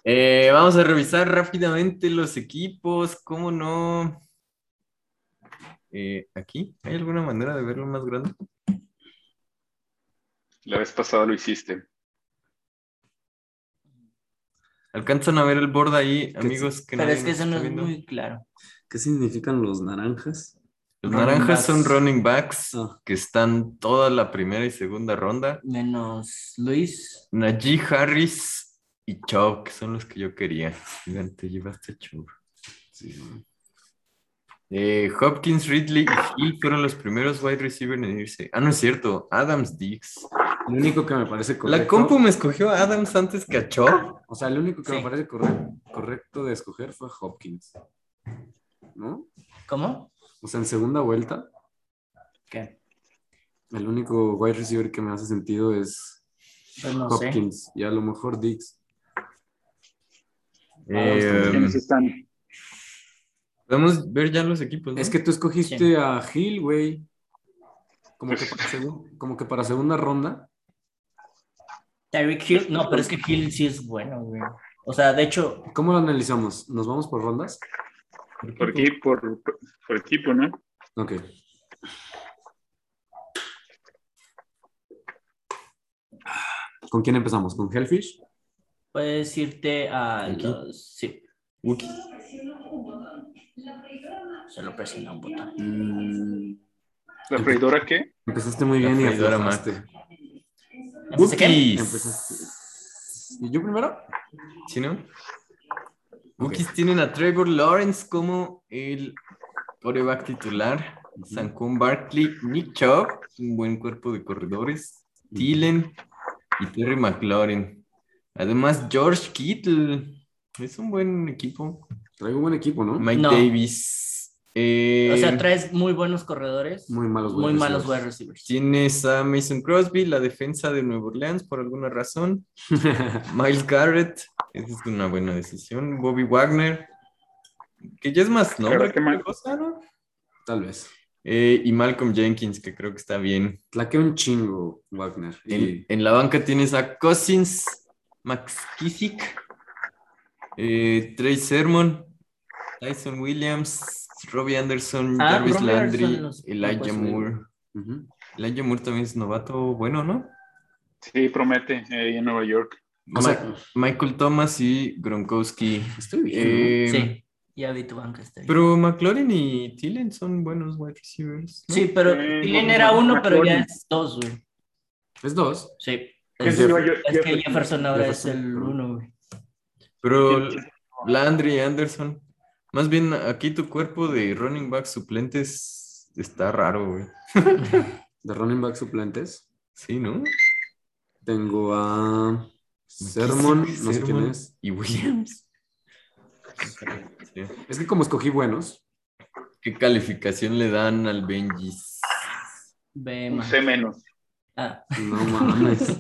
Eh, vamos a revisar rápidamente los equipos. ¿Cómo no? Eh, ¿Aquí? ¿Hay alguna manera de verlo más grande? La vez pasada lo hiciste. ¿Alcanzan a ver el board ahí, amigos? Que Pero nadie es que nos eso no está es viendo? muy claro. ¿Qué significan los naranjas? Los Running naranjas son backs. running backs Ah. que están toda la primera y segunda ronda. Menos Luis. Najee Harris y Chubb, que son los que yo quería. Oigan, te llevaste a Chubb. Sí, güey. Eh, Hopkins, Ridley y Hill fueron los primeros wide receivers en irse. Ah, no es cierto. Adams Dix. Lo único que me parece correcto. La compu me escogió a Adams antes que a Chubb. O sea, lo único que me Sí. parece corre- correcto de escoger fue Hopkins. ¿No? ¿Cómo? O sea, en segunda vuelta, ¿Qué? el único wide receiver que me hace sentido es Pues no sé. Hopkins. Y a lo mejor Dix. Eh, ¿Quiénes están? podemos ver ya los equipos. ¿no? Es que tú escogiste Sí. a Hill, güey. Como que, para segun- como que para segunda ronda. Tyreek Hill. No, pero es que Hill sí es bueno, güey. O sea, de hecho, ¿Cómo lo analizamos? ¿Nos vamos por rondas? Por aquí, por, por equipo, ¿no? Ok. ¿Con quién empezamos? ¿Con Hellfish? puedes irte a Aquí. los. Sí. Wookie. Se lo presiona un botón. ¿La freidora qué? Empezaste muy La bien y freidora aflojaste. ¿Entonces qué? Empezaste. pues, este, ¿Y yo primero? ¿Sí, no? Bookies tienen a Trevor Lawrence como el coreback titular. Sancon Barkley, Nick Chubb, un buen cuerpo de corredores. Thielen y Terry McLaurin. Además, George Kittle. Es un buen equipo. Traigo un buen equipo, ¿no? Mike No. Davis. Eh, O sea, traes muy buenos corredores, muy, Muy malos wide malos wide receivers. receivers. Tienes a Mason Crosby, la defensa de Nueva Orleans por alguna razón. Miles Garrett, esa es una buena decisión. Bobby Wagner, que ya es más nombre Garrett, que qué mal. cosa, ¿no? (laughs) Tal vez. Eh, y Malcolm Jenkins, que creo que está bien. Plaqué un chingo, Wagner. Y En, en la banca tienes a Cousins, Max Kissick, eh, Trey Sermon, Tyson Williams, Robbie Anderson, Ah, Jarvis Robbie Landry, Anderson los- Elijah los- Moore. Ujú. Elijah Moore también es novato bueno, ¿no? Sí, promete, eh, ahí en Nueva York. O sea, Ma- Michael Thomas y Gronkowski. estoy bien. ¿no? Eh, sí, ya vi tu banca. Está bien. Pero McLaurin y Thielen son buenos wide receivers. ¿no? sí, pero Eh, Thielen no, era no, uno, pero ya McLaurin. es dos, güey. Es dos. Sí. ¿Quién Es, se lleva Jeff- es que Jefferson? Jefferson ahora es Jefferson, el perdón. uno, güey. Pero ¿Quién- Landry y Anderson. Más bien aquí tu cuerpo de running back suplentes está raro, güey. De running back suplentes. Sí, ¿no? Tengo a Sermon, no sé Sermon quién es. Y Williams. Sí. Es que como escogí buenos, ¿Qué calificación le dan al Benji? Ve Un más. C menos. Ah. no mames.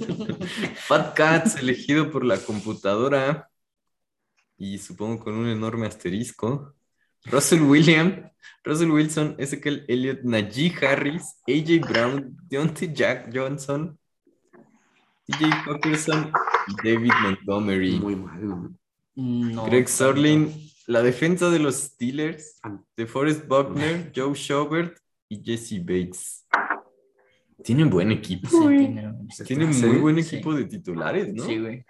Fat Cats elegido por la computadora y supongo con un enorme asterisco. Russell William, Russell Wilson, Ezekiel Elliott, Najee Harris, AJ Brown, Deontay Jack Johnson, TJ Hawkinson y David Montgomery. Muy mal, ¿no? (laughs) No. Greg Sorlin, la defensa de los Steelers, DeForest Buckner, Joe Schobert y Jesse Bates. Tienen buen equipo. Sí, güey. tiene- Tienen ¿Sí? muy buen Sí. equipo de titulares, ¿no? sí, güey.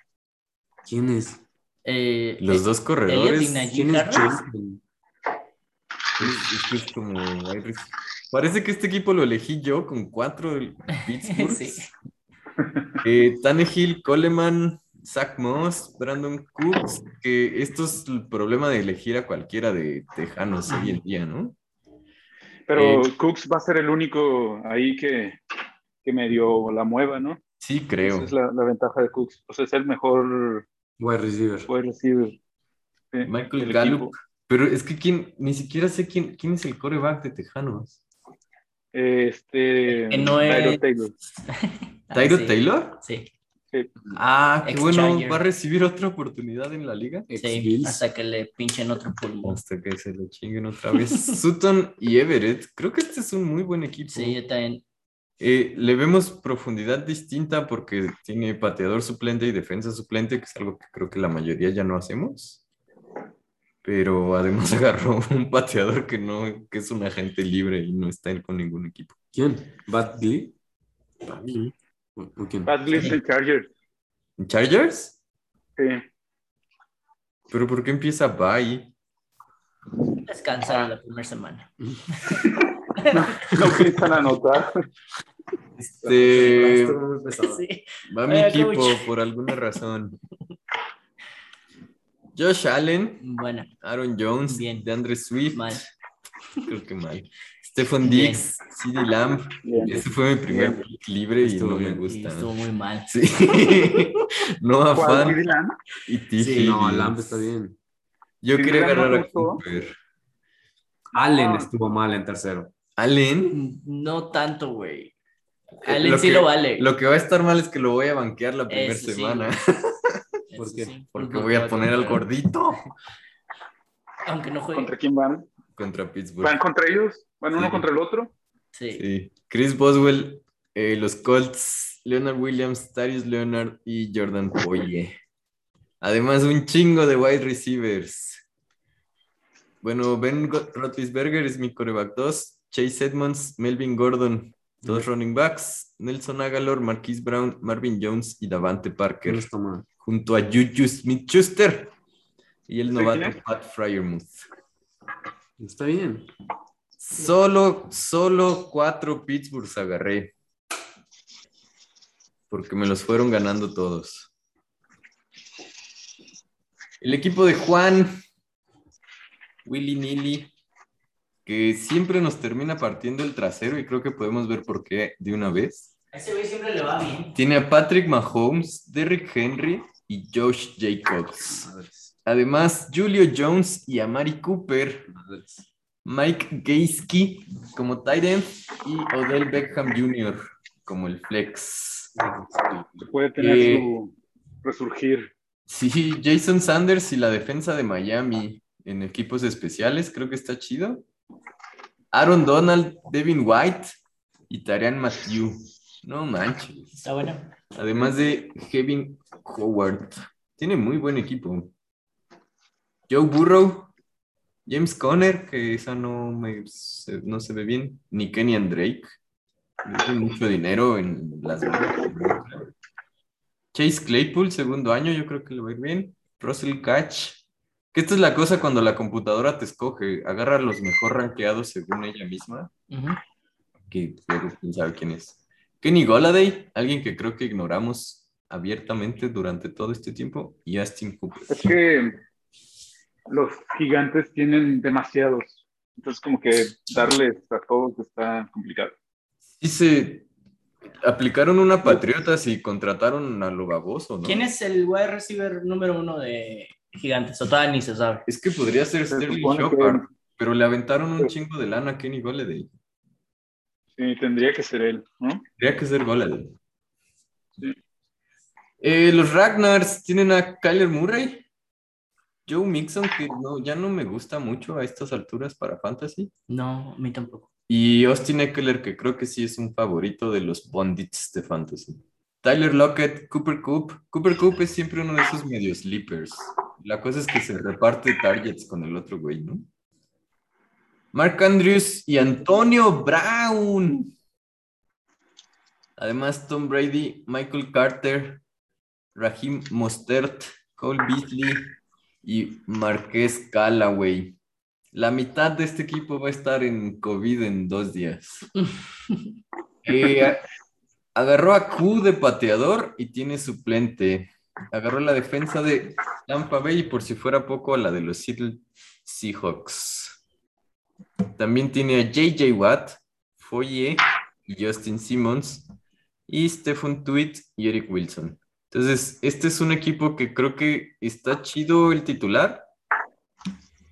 ¿Quién es? Eh, Los eh, (laughs) dos Elliot y corredores. Najee ¿Quién es Harris. Jenkins? es- es que es como wide receiver. Parece que este equipo lo elegí yo con cuatro del (laughs) Pittsburgh. Sí. Eh, Tannehill, Coleman, Zach Moss, Brandon Cooks. Que esto es el problema de elegir a cualquiera de Tejanos hoy en día, ¿no? Pero Eh. Cooks va a ser el único ahí que, que medio la mueva, ¿no? Sí, creo. Esa es la, la ventaja de Cooks. O sea, es el mejor Wide receiver. Wide receiver. Sí, Michael el Gallup. equipo. Pero es que quién, ni siquiera sé quién, quién es el coreback de Tejanos. Este. Que no es- Tyrod Taylor. Ah, ¿Tyro sí, Taylor? Sí, Ah, qué Ex bueno, Charger. va a recibir otra oportunidad en la liga. Ex sí, Bills. hasta que le pinchen otro pulmón. Hasta que se lo chinguen otra vez. Sutton y Everett, creo que este es un muy buen equipo. Sí, yo también. Eh, le vemos profundidad distinta porque tiene pateador suplente y defensa suplente, que es algo que creo que la mayoría ya no hacemos. Pero además (laughs) agarró un pateador que no, que es un agente libre y no está él con ningún equipo. ¿Quién? ¿Badley? ¿O, o quién? Pat Gleason, Sí. Chargers. ¿Chargers? Sí. ¿Pero por qué empieza bye? Descansa la primera (laughs) semana. No piensan anotar. Eh, Este, Estuvo muy pesado. Sí. va mi Oiga, equipo coach. por alguna razón. Josh Allen, Bueno, Aaron Jones, Bien. DeAndre Swift. Mal. Creo que mal. Stephen Bien. Diggs, CeeDee Lamb. Bien. Ese fue mi primer Bien. pick libre y Estuvo no me bien. y (laughs) gusta. estuvo muy mal. Sí. (laughs) Noah ¿Cuál? Fan Cleveland. y T. (laughs) Sí, no, Lamb está bien. Yo Sí, quería Dylan no agarrar a gustó. Cooper. Allen Ah. estuvo mal en tercero. Allen. (laughs) No tanto, güey. eh, Allen sí que- lo vale. Lo que va a estar mal es que lo voy a banquear la primera Eso sí, semana. (laughs) Eso ¿Por qué? sí. Porque voy a poner al gordito Aunque no juegue. ¿Contra quién van? contra Pittsburgh. ¿Van contra ellos? ¿Van uno Sí. contra el otro? Sí. Sí. Chris Boswell, eh, los Colts, Leonard Williams, Tarius Leonard y Jordan Poye. Además, un chingo de wide receivers. Bueno, Ben Go- Roethlisberger es mi coreback 2, Chase Edmonds, Melvin Gordon, dos running backs, Nelson Agalor, Marquise Brown, Marvin Jones y Davante ¿Qué no Parker, está mal? junto a Juju Smith-Schuster y el ¿Sí, novato quién es? Pat Fryermuth. Está bien. Solo, solo cuatro Pittsburghs agarré. Porque me los fueron ganando todos. El equipo de Juan, Willy Nilly, que siempre nos termina partiendo el trasero y creo que podemos ver por qué de una vez. A ese güey siempre le va bien. Tiene a Patrick Mahomes, Derrick Henry y Josh Jacobs. Madres. Además, Julio Jones y Amari Cooper Madres. Mike Gaiski como tight end y Odell Beckham Jr. como el flex. Puede tener Eh. su resurgir. Sí, Jason Sanders y la defensa de Miami en equipos especiales, creo que está chido. Aaron Donald, Devin White y Tarian Matthew. No manches. Está bueno. Además de Kevin Howard. Tiene muy buen equipo. Joe Burrow, James Conner, que esa no, me, se- no se ve bien, ni Kenny and Drake. Meten mucho dinero en las Vegas. Chase Claypool, segundo año, yo creo que le va a ir bien. Russell Catch. Que esta es la cosa cuando la computadora te escoge, agarra a los mejor rankeados según ella misma Ujú. que luego quién sabe quién es. Kenny Goladay, alguien que creo que ignoramos abiertamente durante todo este tiempo, y Austin Cooper. Es que los gigantes tienen demasiados. Entonces, como que darles a todos está complicado. Sí se aplicaron una Patriotas y contrataron a lo baboso, ¿no? ¿Quién es el wide receiver número uno de Gigantes? O todavía ni se sabe. Es que podría ser Se Sterling supone que- Shepard, pero le aventaron un chingo de lana a Kenny Goladay. Sí, tendría que ser él, ¿no? Tendría que ser Goladay. Sí. Eh, los Ragnars tienen a Kyler Murray, Joe Mixon, que no, ya no me gusta mucho a estas alturas para Fantasy. No, a mí tampoco. Y Austin Eckler, que creo que sí es un favorito de los Bondits de Fantasy. Tyler Lockett, Cooper Coop. Cooper Coop es siempre uno de esos medios sleepers. La cosa es que se reparte targets con el otro güey, ¿no? Mark Andrews y Antonio Brown. Además, Tom Brady, Michael Carter, Raheem Mostert, Cole Beasley y Marqués Callaway. La mitad de este equipo va a estar en COVID en dos días. Eh, a- agarró a Q de pateador y tiene suplente. Agarró la defensa de Tampa Bay y por si fuera poco a la de los Seattle Seahawks. También tiene a JJ Watt, Foye y Justin Simmons y Stephen Tweet y Eric Wilson. Entonces, este es un equipo que creo que está chido el titular,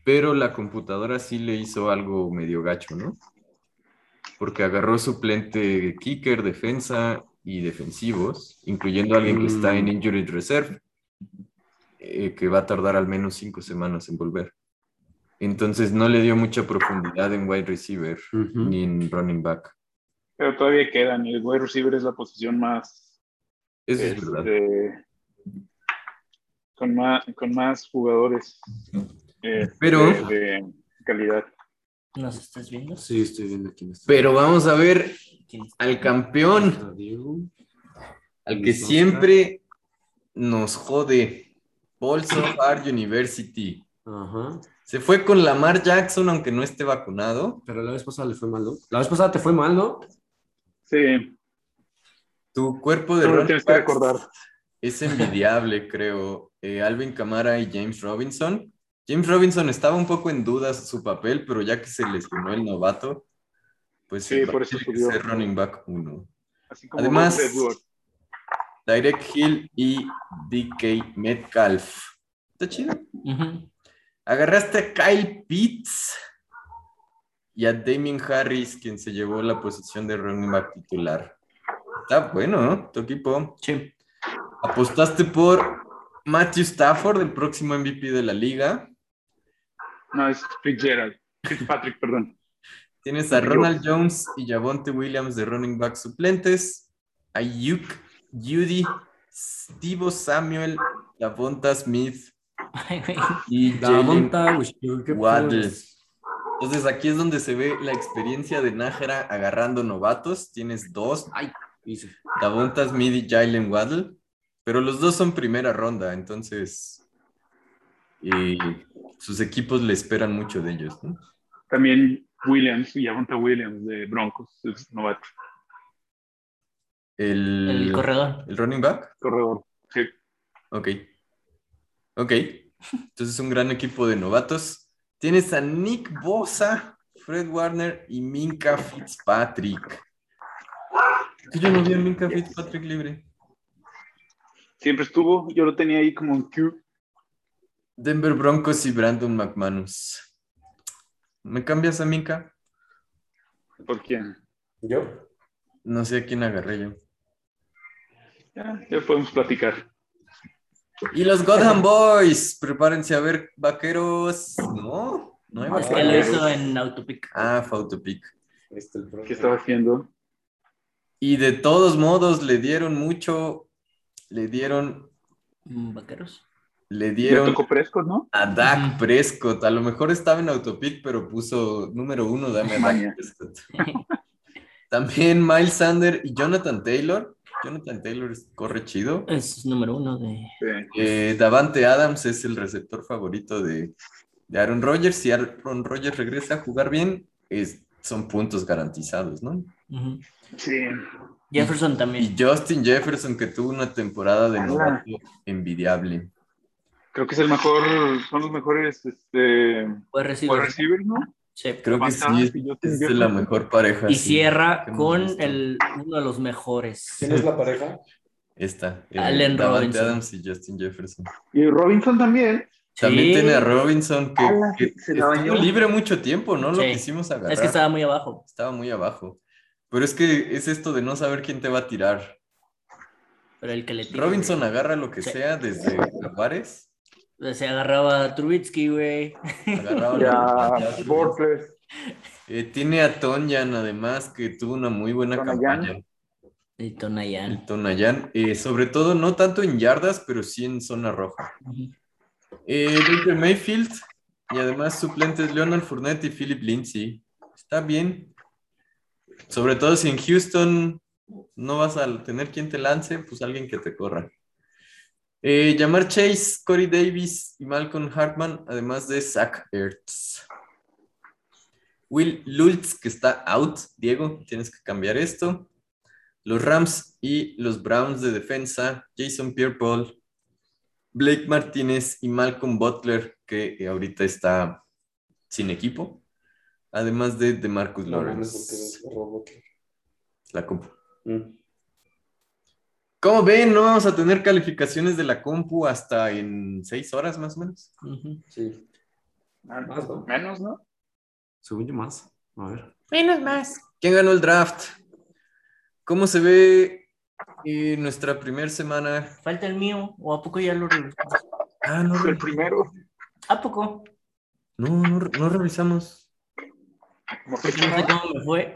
pero la computadora sí le hizo algo medio gacho, ¿no? Porque agarró suplente kicker, defensa y defensivos, incluyendo a alguien que está en injured reserve, eh, que va a tardar al menos cinco semanas en volver. Entonces no le dio mucha profundidad en wide receiver Ujú. ni en running back. Pero todavía quedan. y El wide receiver es la posición más. Eso es este, verdad. con, más con más jugadores. eh, Pero- De, de calidad. ¿Nos estás viendo? Sí, estoy viendo quién está. Pero vamos a ver ¿Quién está? al campeón. Está Diego. Al que Luis Oscar. siempre nos jode. Bolso Art University. Ajá. Se fue con Lamar Jackson, aunque no esté vacunado. Pero la vez pasada le fue mal, ¿no? La vez pasada te fue mal, ¿no? Sí, Tu cuerpo de no lo running tienes que backs recordar. es (laughs) envidiable, creo. Eh, Alvin Kamara y James Robinson. James Robinson estaba un poco en duda su papel, pero ya que se lesionó el novato, pues Sí, el por papel eso tiene que subió. ser running back uno. Así como Además- Gus Edwards. Direct Hill y DK Metcalf. Está chido. Ujú. Agarraste a Kyle Pitts y a Damien Harris, quien se llevó la posición de running back titular. Está bueno, ¿no? Tu equipo. Sí. Apostaste por Matthew Stafford, el próximo MVP de la liga. No, es Fitzgerald. Fitzpatrick, perdón. Tienes a Ronald Jones y Javonte Williams de running back suplentes. A Ayuk, Judy, Steve Samuel, Davonta Smith Ay, güey. y Jalen Davonta, güey, qué Waddle. pedo. Entonces aquí es donde se ve la experiencia de Nájera agarrando novatos. Tienes dos, Hice. Davonta Smith y Jalen Waddle, pero los dos son primera ronda, entonces y sus equipos le esperan mucho de ellos. ¿no? También Williams y Avonta Williams de Broncos. Es novato. El, El corredor. ¿el running back, Corredor. Sí. ok. Ok, entonces un gran equipo de novatos. Tienes a Nick Bosa, Fred Warner y Minka Fitzpatrick. Que Yo no vi a Minka Fitzpatrick libre. Siempre estuvo. Yo lo tenía ahí como un Q. Denver Broncos y Brandon McManus. ¿Me cambias a Minka? ¿Por quién? ¿Yo? No sé a quién agarré yo. Ya, ya podemos platicar. Y los Gotham Boys, prepárense a ver vaqueros. No, no hay Es vaqueros. que lo hizo en Autopic. Ah, Fautopic. Ahí está Este, el profe. ¿Qué estaba haciendo? Y de todos modos le dieron mucho, le dieron, Mm, Vaqueros. le Me dieron tocó frescos, ¿no? a Dak Prescott. A lo mejor estaba en Autopic, pero puso número uno, dame a Maña. Dak Prescott. (laughs) También Miles Sander y Jonathan Taylor. Jonathan Taylor corre chido. Es número uno de. Sí. Eh, Davante Adams es el receptor favorito de, de Aaron Rodgers. Si Aaron Rodgers regresa a jugar bien, es- son puntos garantizados, ¿no? Ujú. Sí. Jefferson también. Y Justin Jefferson, que tuvo una temporada Ah. de novato envidiable. Creo que es el mejor. Son los mejores. Este. Fue wide recibir. receivers, ¿no? Sí. Creo que Avanzadas sí, y ah, Justin es, es de Jefferson. la mejor pareja. Y sí. cierra que hemos con visto. el, uno de los mejores. ¿Quién es la pareja? Esta, eh, Allen Davante Robinson. Adams y Justin Jefferson. Y Robinson también. También Sí. tiene a Robinson, que, Ala, que se la estuvo bañó. libre mucho tiempo, ¿no? Lo Sí. quisimos agarrar. Es que estaba muy abajo. Estaba muy abajo. Pero es que es esto de no saber quién te va a tirar. Pero el que le tira. Robinson agarra lo que Sí. sea desde Juárez. güey. Se agarraba a Trubitsky, güey. (laughs) Agarraba lo que Ya. sea. Bortles. Eh, tiene a Tonyan, además, que tuvo una muy buena Tonayan. campaña. (laughs) Y Tonayan. El Tonayan, eh, sobre todo no tanto en yardas, pero sí en zona roja. Ujú. Eh, Baker Mayfield y además suplentes Leonard Fournette y Philip Lindsay. Está bien. Sobre todo si en Houston no vas a tener quien te lance, pues alguien que te corra. Eh, Jamar Chase, Corey Davis y Malcolm Hartman, además de Zach Ertz. Will Lutz, que está out. Diego, tienes que cambiar esto. Los Rams y los Browns de defensa, Jason Pierre-Paul, Blake Martínez y Malcolm Butler, que eh, ahorita está sin equipo. Además de, de Marcus No, no, no Lawrence. es porque es robot. La compu. Mm. Como ven, no vamos a tener calificaciones de la compu hasta en seis horas más o menos. Ujú. Sí. Más, ¿no? Ah, Menos, ¿no? Según yo más. A ver. Menos más. ¿Quién ganó el draft? ¿Cómo se ve eh, nuestra primera semana? Falta el mío, o a poco ya lo revisamos. Ah, no, El re- primero. ¿A poco? no, no, re- no revisamos. Porque no sé cómo me (laughs) fue.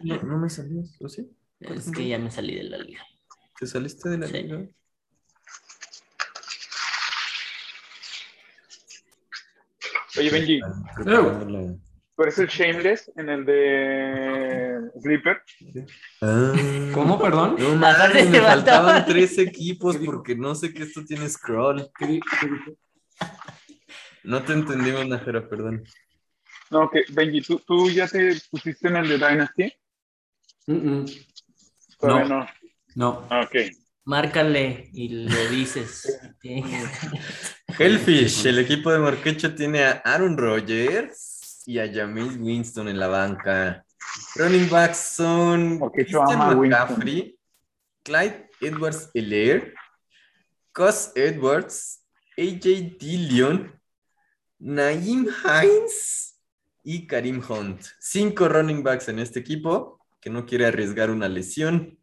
No, no me salió, ¿o sí? Pues Es que ya me salí de la liga. ¿Te saliste de la Sí. liga? Oye, Benji, Ah, Preparando la- ¿tú eres el Shameless en el de Sleeper? Ah. ¿Cómo, perdón? (laughs) No mames, me te faltaban. faltaban tres equipos porque no sé que esto tiene scroll. ¿Qué di- qué dijo? No te entendimos, Najera, perdón. No, que Benji, ¿tú, tú ya te pusiste en el de Dynasty? Mm, mm. Todavía No. no. No. Ah, ok. Márcale y (laughs) le dices. Tiene que- Hellfish, el equipo de Marquecho tiene a Aaron Rodgers y a James Winston en la banca. Running backs son Marquecho Christian ama a Winston. McCaffrey, Clyde Edwards Helaire, Cos Edwards, AJ Dillon, Naim Hines y Karim Hunt. Cinco running backs en este equipo que no quiere arriesgar una lesión.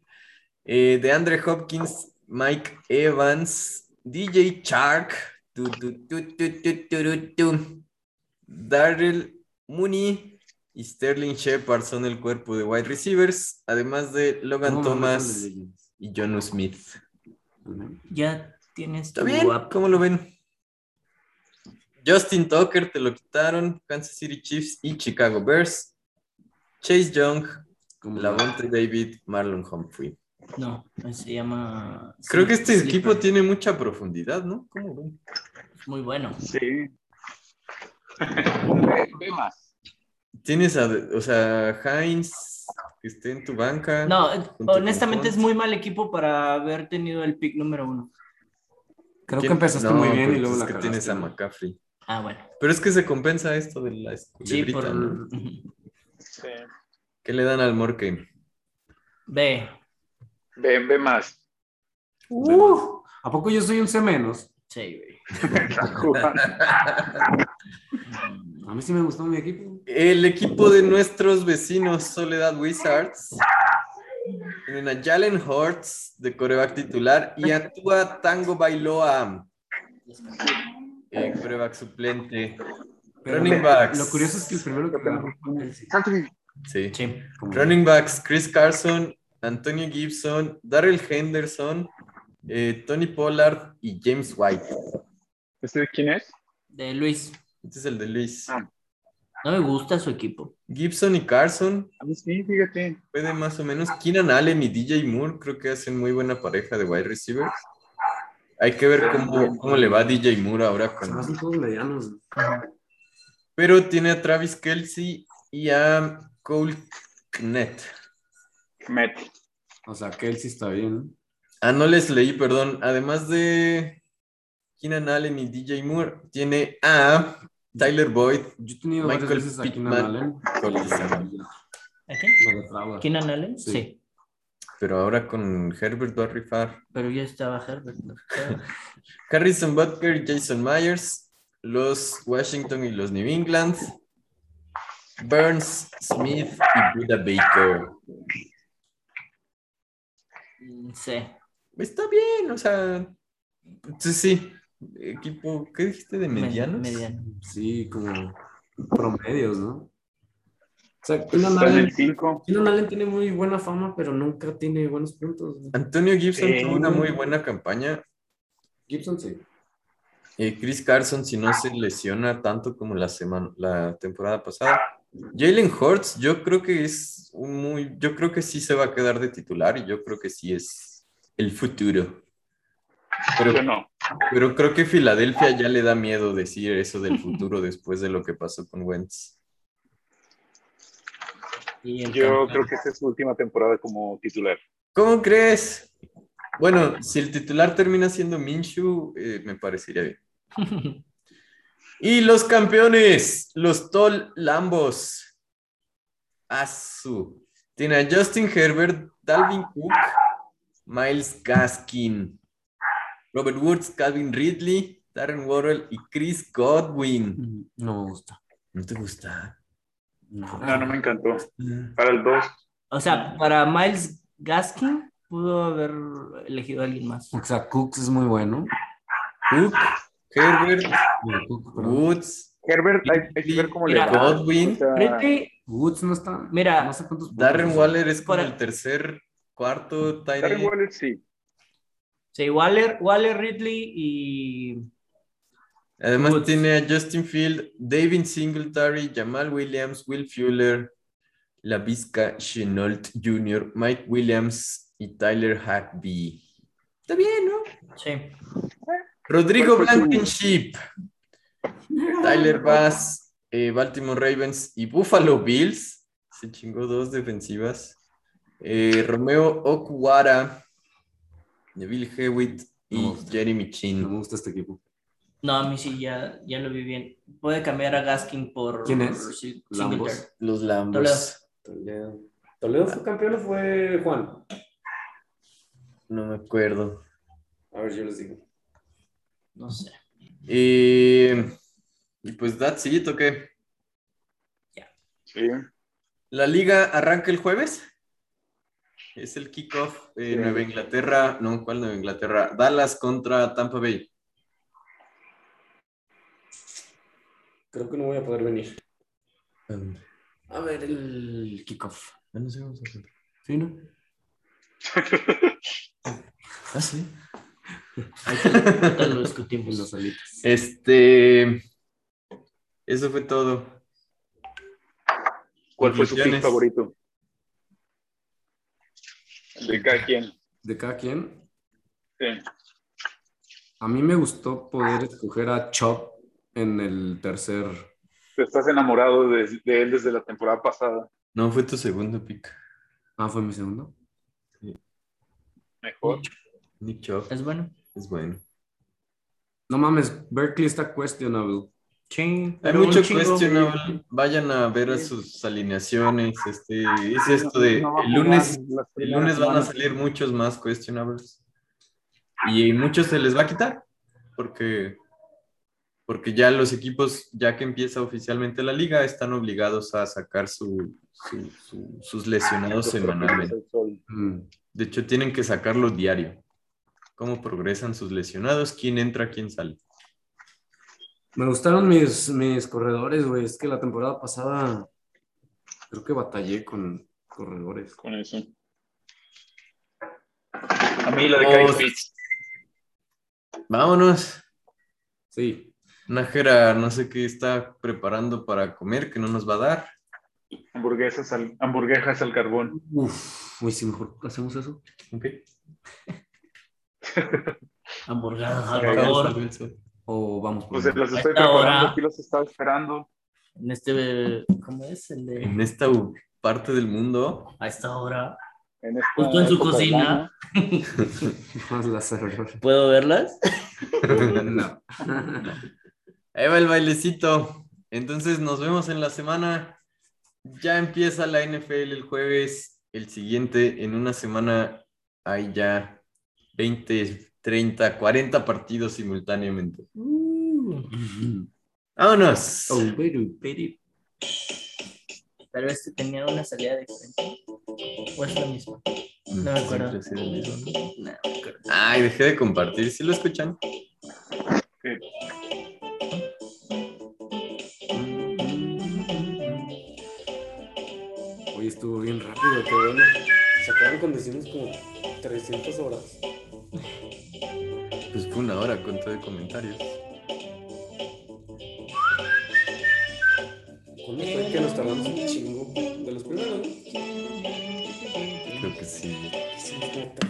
Eh, de Andre Hopkins, Mike Evans, DJ Chark, tu, tu, tu, tu, tu, tu, tu, tu, Darrell Mooney y Sterling Shepard son el cuerpo de wide receivers, además de Logan No, no, no, Thomas no, no, y John Smith. no, no. Ya tienes ¿Está tu bien? app. ¿Cómo lo ven? Justin Tucker te lo quitaron, Kansas City Chiefs y Chicago Bears. Chase Young, ¿Cómo va? Lavonte David, Marlon Humphrey. No, pues se llama. Creo que este Sleeper. equipo tiene mucha profundidad, ¿no? ¿Cómo ven? Muy bueno. Sí. (laughs) Ve- ve más. Tienes a, o sea, Heinz, que esté en tu banca. No, eh, con honestamente es Hunt. muy mal equipo para haber tenido el pick número uno. Creo que ¿Quién- empezaste no, muy bien pero y luego es la que tienes a cagaste. McCaffrey. Ah, bueno. Pero es que se compensa esto de la Sí, culebrita, por. ¿no? (laughs) Ujú. Sí. ¿Qué le dan al Morque? Ve. Ve, ve más. (laughs) Uh, ¿A poco yo soy un C menos? Sí, güey. Mm, A mí sí me gustó mi equipo. El equipo de nuestros vecinos Soledad Wizards tienen a Jalen Hortz de coreback titular y a Tua Tango Bailoa, eh, coreback suplente. Running backs. Lo curioso es que el primero que agarró fue el- Sí. Sí. como- Running backs, Chris Carson, Antonio Gibson, Darrell Henderson, eh, Tony Pollard y James White. ¿Este de quién es? De Luis. Este es el de Luis. Ah. No me gusta su equipo. Gibson y Carson A mí sí, fíjate. pueden más o menos. Keenan Allen y DJ Moore creo que hacen muy buena pareja de wide receivers. Hay que ver cómo, cómo le va a DJ Moore ahora. Se me Con... hacen todos medianos. Pero tiene a Travis Kelsey y a Cole Knet. Met. O sea, Kelsey está bien. Ah, no les leí, perdón. Además de Keenan Allen y DJ Moore, tiene a Tyler Boyd, Yo he tenido Michael varias veces aquí en Pittman. Allen. Cotizado. ¿A quién? Me defrauda. ¿Quién Allen? Sí. Sí. pero ahora con Herbert va a rifar. Pero yo estaba Herbert. (laughs) ¿no? Harrison Butker, Jason Myers, los Washington y los New England, Burns, Smith y Buda Baker. Mm, Sí. Está bien, o sea, sí, sí. Equipo, ¿qué dijiste de medianos? Mediano. Sí, como promedios, ¿no? O sea, Keenan Pues Está en Allen, el 5. Keenan Allen tiene muy buena fama, pero nunca tiene buenos puntos. güey. Antonio Gibson Sí. tuvo una muy buena campaña. Gibson sí. Eh, Chris Carson, si no se lesiona tanto como la semana, la temporada pasada. Jalen Hurts, yo creo que es un muy, yo creo que sí se va a quedar de titular y yo creo que sí es el futuro. Yo Pero, no. pero creo que Filadelfia ya le da miedo decir eso del futuro después de lo que pasó con Wentz. Y el Yo campeón. creo que esta es su última temporada como titular. ¿Cómo crees? Bueno, si el titular termina siendo Minshew, eh, me parecería bien. (laughs) Y los campeones, los Tol Lambos. Azu. Tiene a Justin Herbert, Dalvin Cook, Miles Gaskin, Robert Woods, Calvin Ridley, Darren Worrell y Chris Godwin. No me gusta. ¿No te gusta? No, no me encantó. Para el 2, O sea, para Miles Gaskin pudo haber elegido a alguien más. O sea, Cooks es muy bueno. Cook, Herbert, Bueno, Cook, perdón. Woods, Herbert, hay, hay que ver cómo le Mira, va. Godwin, O sea, Ridley, Woods no está. Mira, no sé cuántos puntos. Darren Waller es como Para- el tercer, cuarto, tight Darren end. Waller sí. sí, Waller, Waller Ridley y Además Woods. tiene a Justin Field, David Singletary, Jamal Williams, Will Fuller, La Vizca Chenault Jr., Mike Williams y Tyler Hackby. Está bien, ¿no? sí. Rodrigo ¿Cuál fue su- Blankenship, Tyler (laughs) Bass, eh, Baltimore Ravens y Buffalo Bills. Se chingó dos defensivas. Eh, Romeo Okuwara, Neville Hewitt y No, está- Jeremy No me Chin. gusta este equipo. No, a mí sí, ya, ya lo vi bien. Puede cambiar a Gaskin por ¿Quién es? Sil- Lambos. Singletary. Los Toledo. Lambos. Toledo. ¿Toledo fue campeón o fue Juan? No me acuerdo. A ver, yo les digo. No sé. Eh, y pues that's it, ¿o qué? Sí. La liga arranca el jueves. Es el kickoff. eh, Sí. Nueva Inglaterra, no, ¿cuál Nueva Inglaterra? Dallas contra Tampa Bay. Creo que no voy a poder venir. A ver, el kickoff. ¿Sí, (laughs) no? Ah, sí. Ahorita lo En discutimos. los alitas. Este. Eso fue todo. ¿Cuál fue su pick Conclusiones. favorito? De cada quien. De cada quien. Sí. A mí me gustó poder escoger a Chop en el tercer. Te estás enamorado de, de él desde la temporada pasada. No, fue tu segundo pick. Ah, fue mi segundo. Mejor. Nick Chubb Es bueno. es bueno. No mames, Berkeley está questionable. Sí, Hay pero un mucho chingo. questionable. Vayan a ver a sus alineaciones. Este, es esto de No va a el lunes jugar las El lunes van a primeras salir muchos más questionables. Y muchos se les va a quitar. Porque, porque ya los equipos, ya que empieza oficialmente la liga, están obligados a sacar su- su- su- sus lesionados semanas. semanalmente. Mm. De hecho, tienen que sacarlo diario. Cómo progresan sus lesionados, quién entra, quién sale. Me gustaron mis, mis corredores, güey. Es que la temporada pasada creo que batallé con corredores. Con eso. A mí la de Kyle Oh, Pitts. Vámonos. Sí. Najera, no sé qué está preparando para comer, que no nos va a dar. Hamburguesas al, hamburguesas al carbón. Uf, güey, si mejor hacemos eso. Ok. Hamburguesas al Vamos vapor. al Wilson. O vamos por Pues se las estoy Hasta ahora. preparando, aquí los estaba esperando. En este, ¿cómo es? El de En esta parte del mundo, (laughs) a esta hora. En esta Justo en su época del cocina. año. más las errores. ¿Puedo verlas? (laughs) No. Ahí va el bailecito. Entonces nos vemos en la semana. Ya empieza la NFL el jueves. El siguiente, en una semana, hay ya 20, 30, 40 partidos simultáneamente. Mm. ¡Vámonos! Oh, baby, baby. Tal vez tenía una salida diferente. ¿O es la misma? No me acuerdo. Siempre ha sido el mismo. No, no me acuerdo. Ay, dejé de compartir. ¿Sí lo escuchan? Hoy estuvo bien rápido, qué bueno. Se acabaron condiciones como 300 horas. Pues fue una hora con todo de comentarios. ¿Cuándo fue que nos tardamos un chingo? De los primeros, ¿no? Creo que sí. Hicimos como tres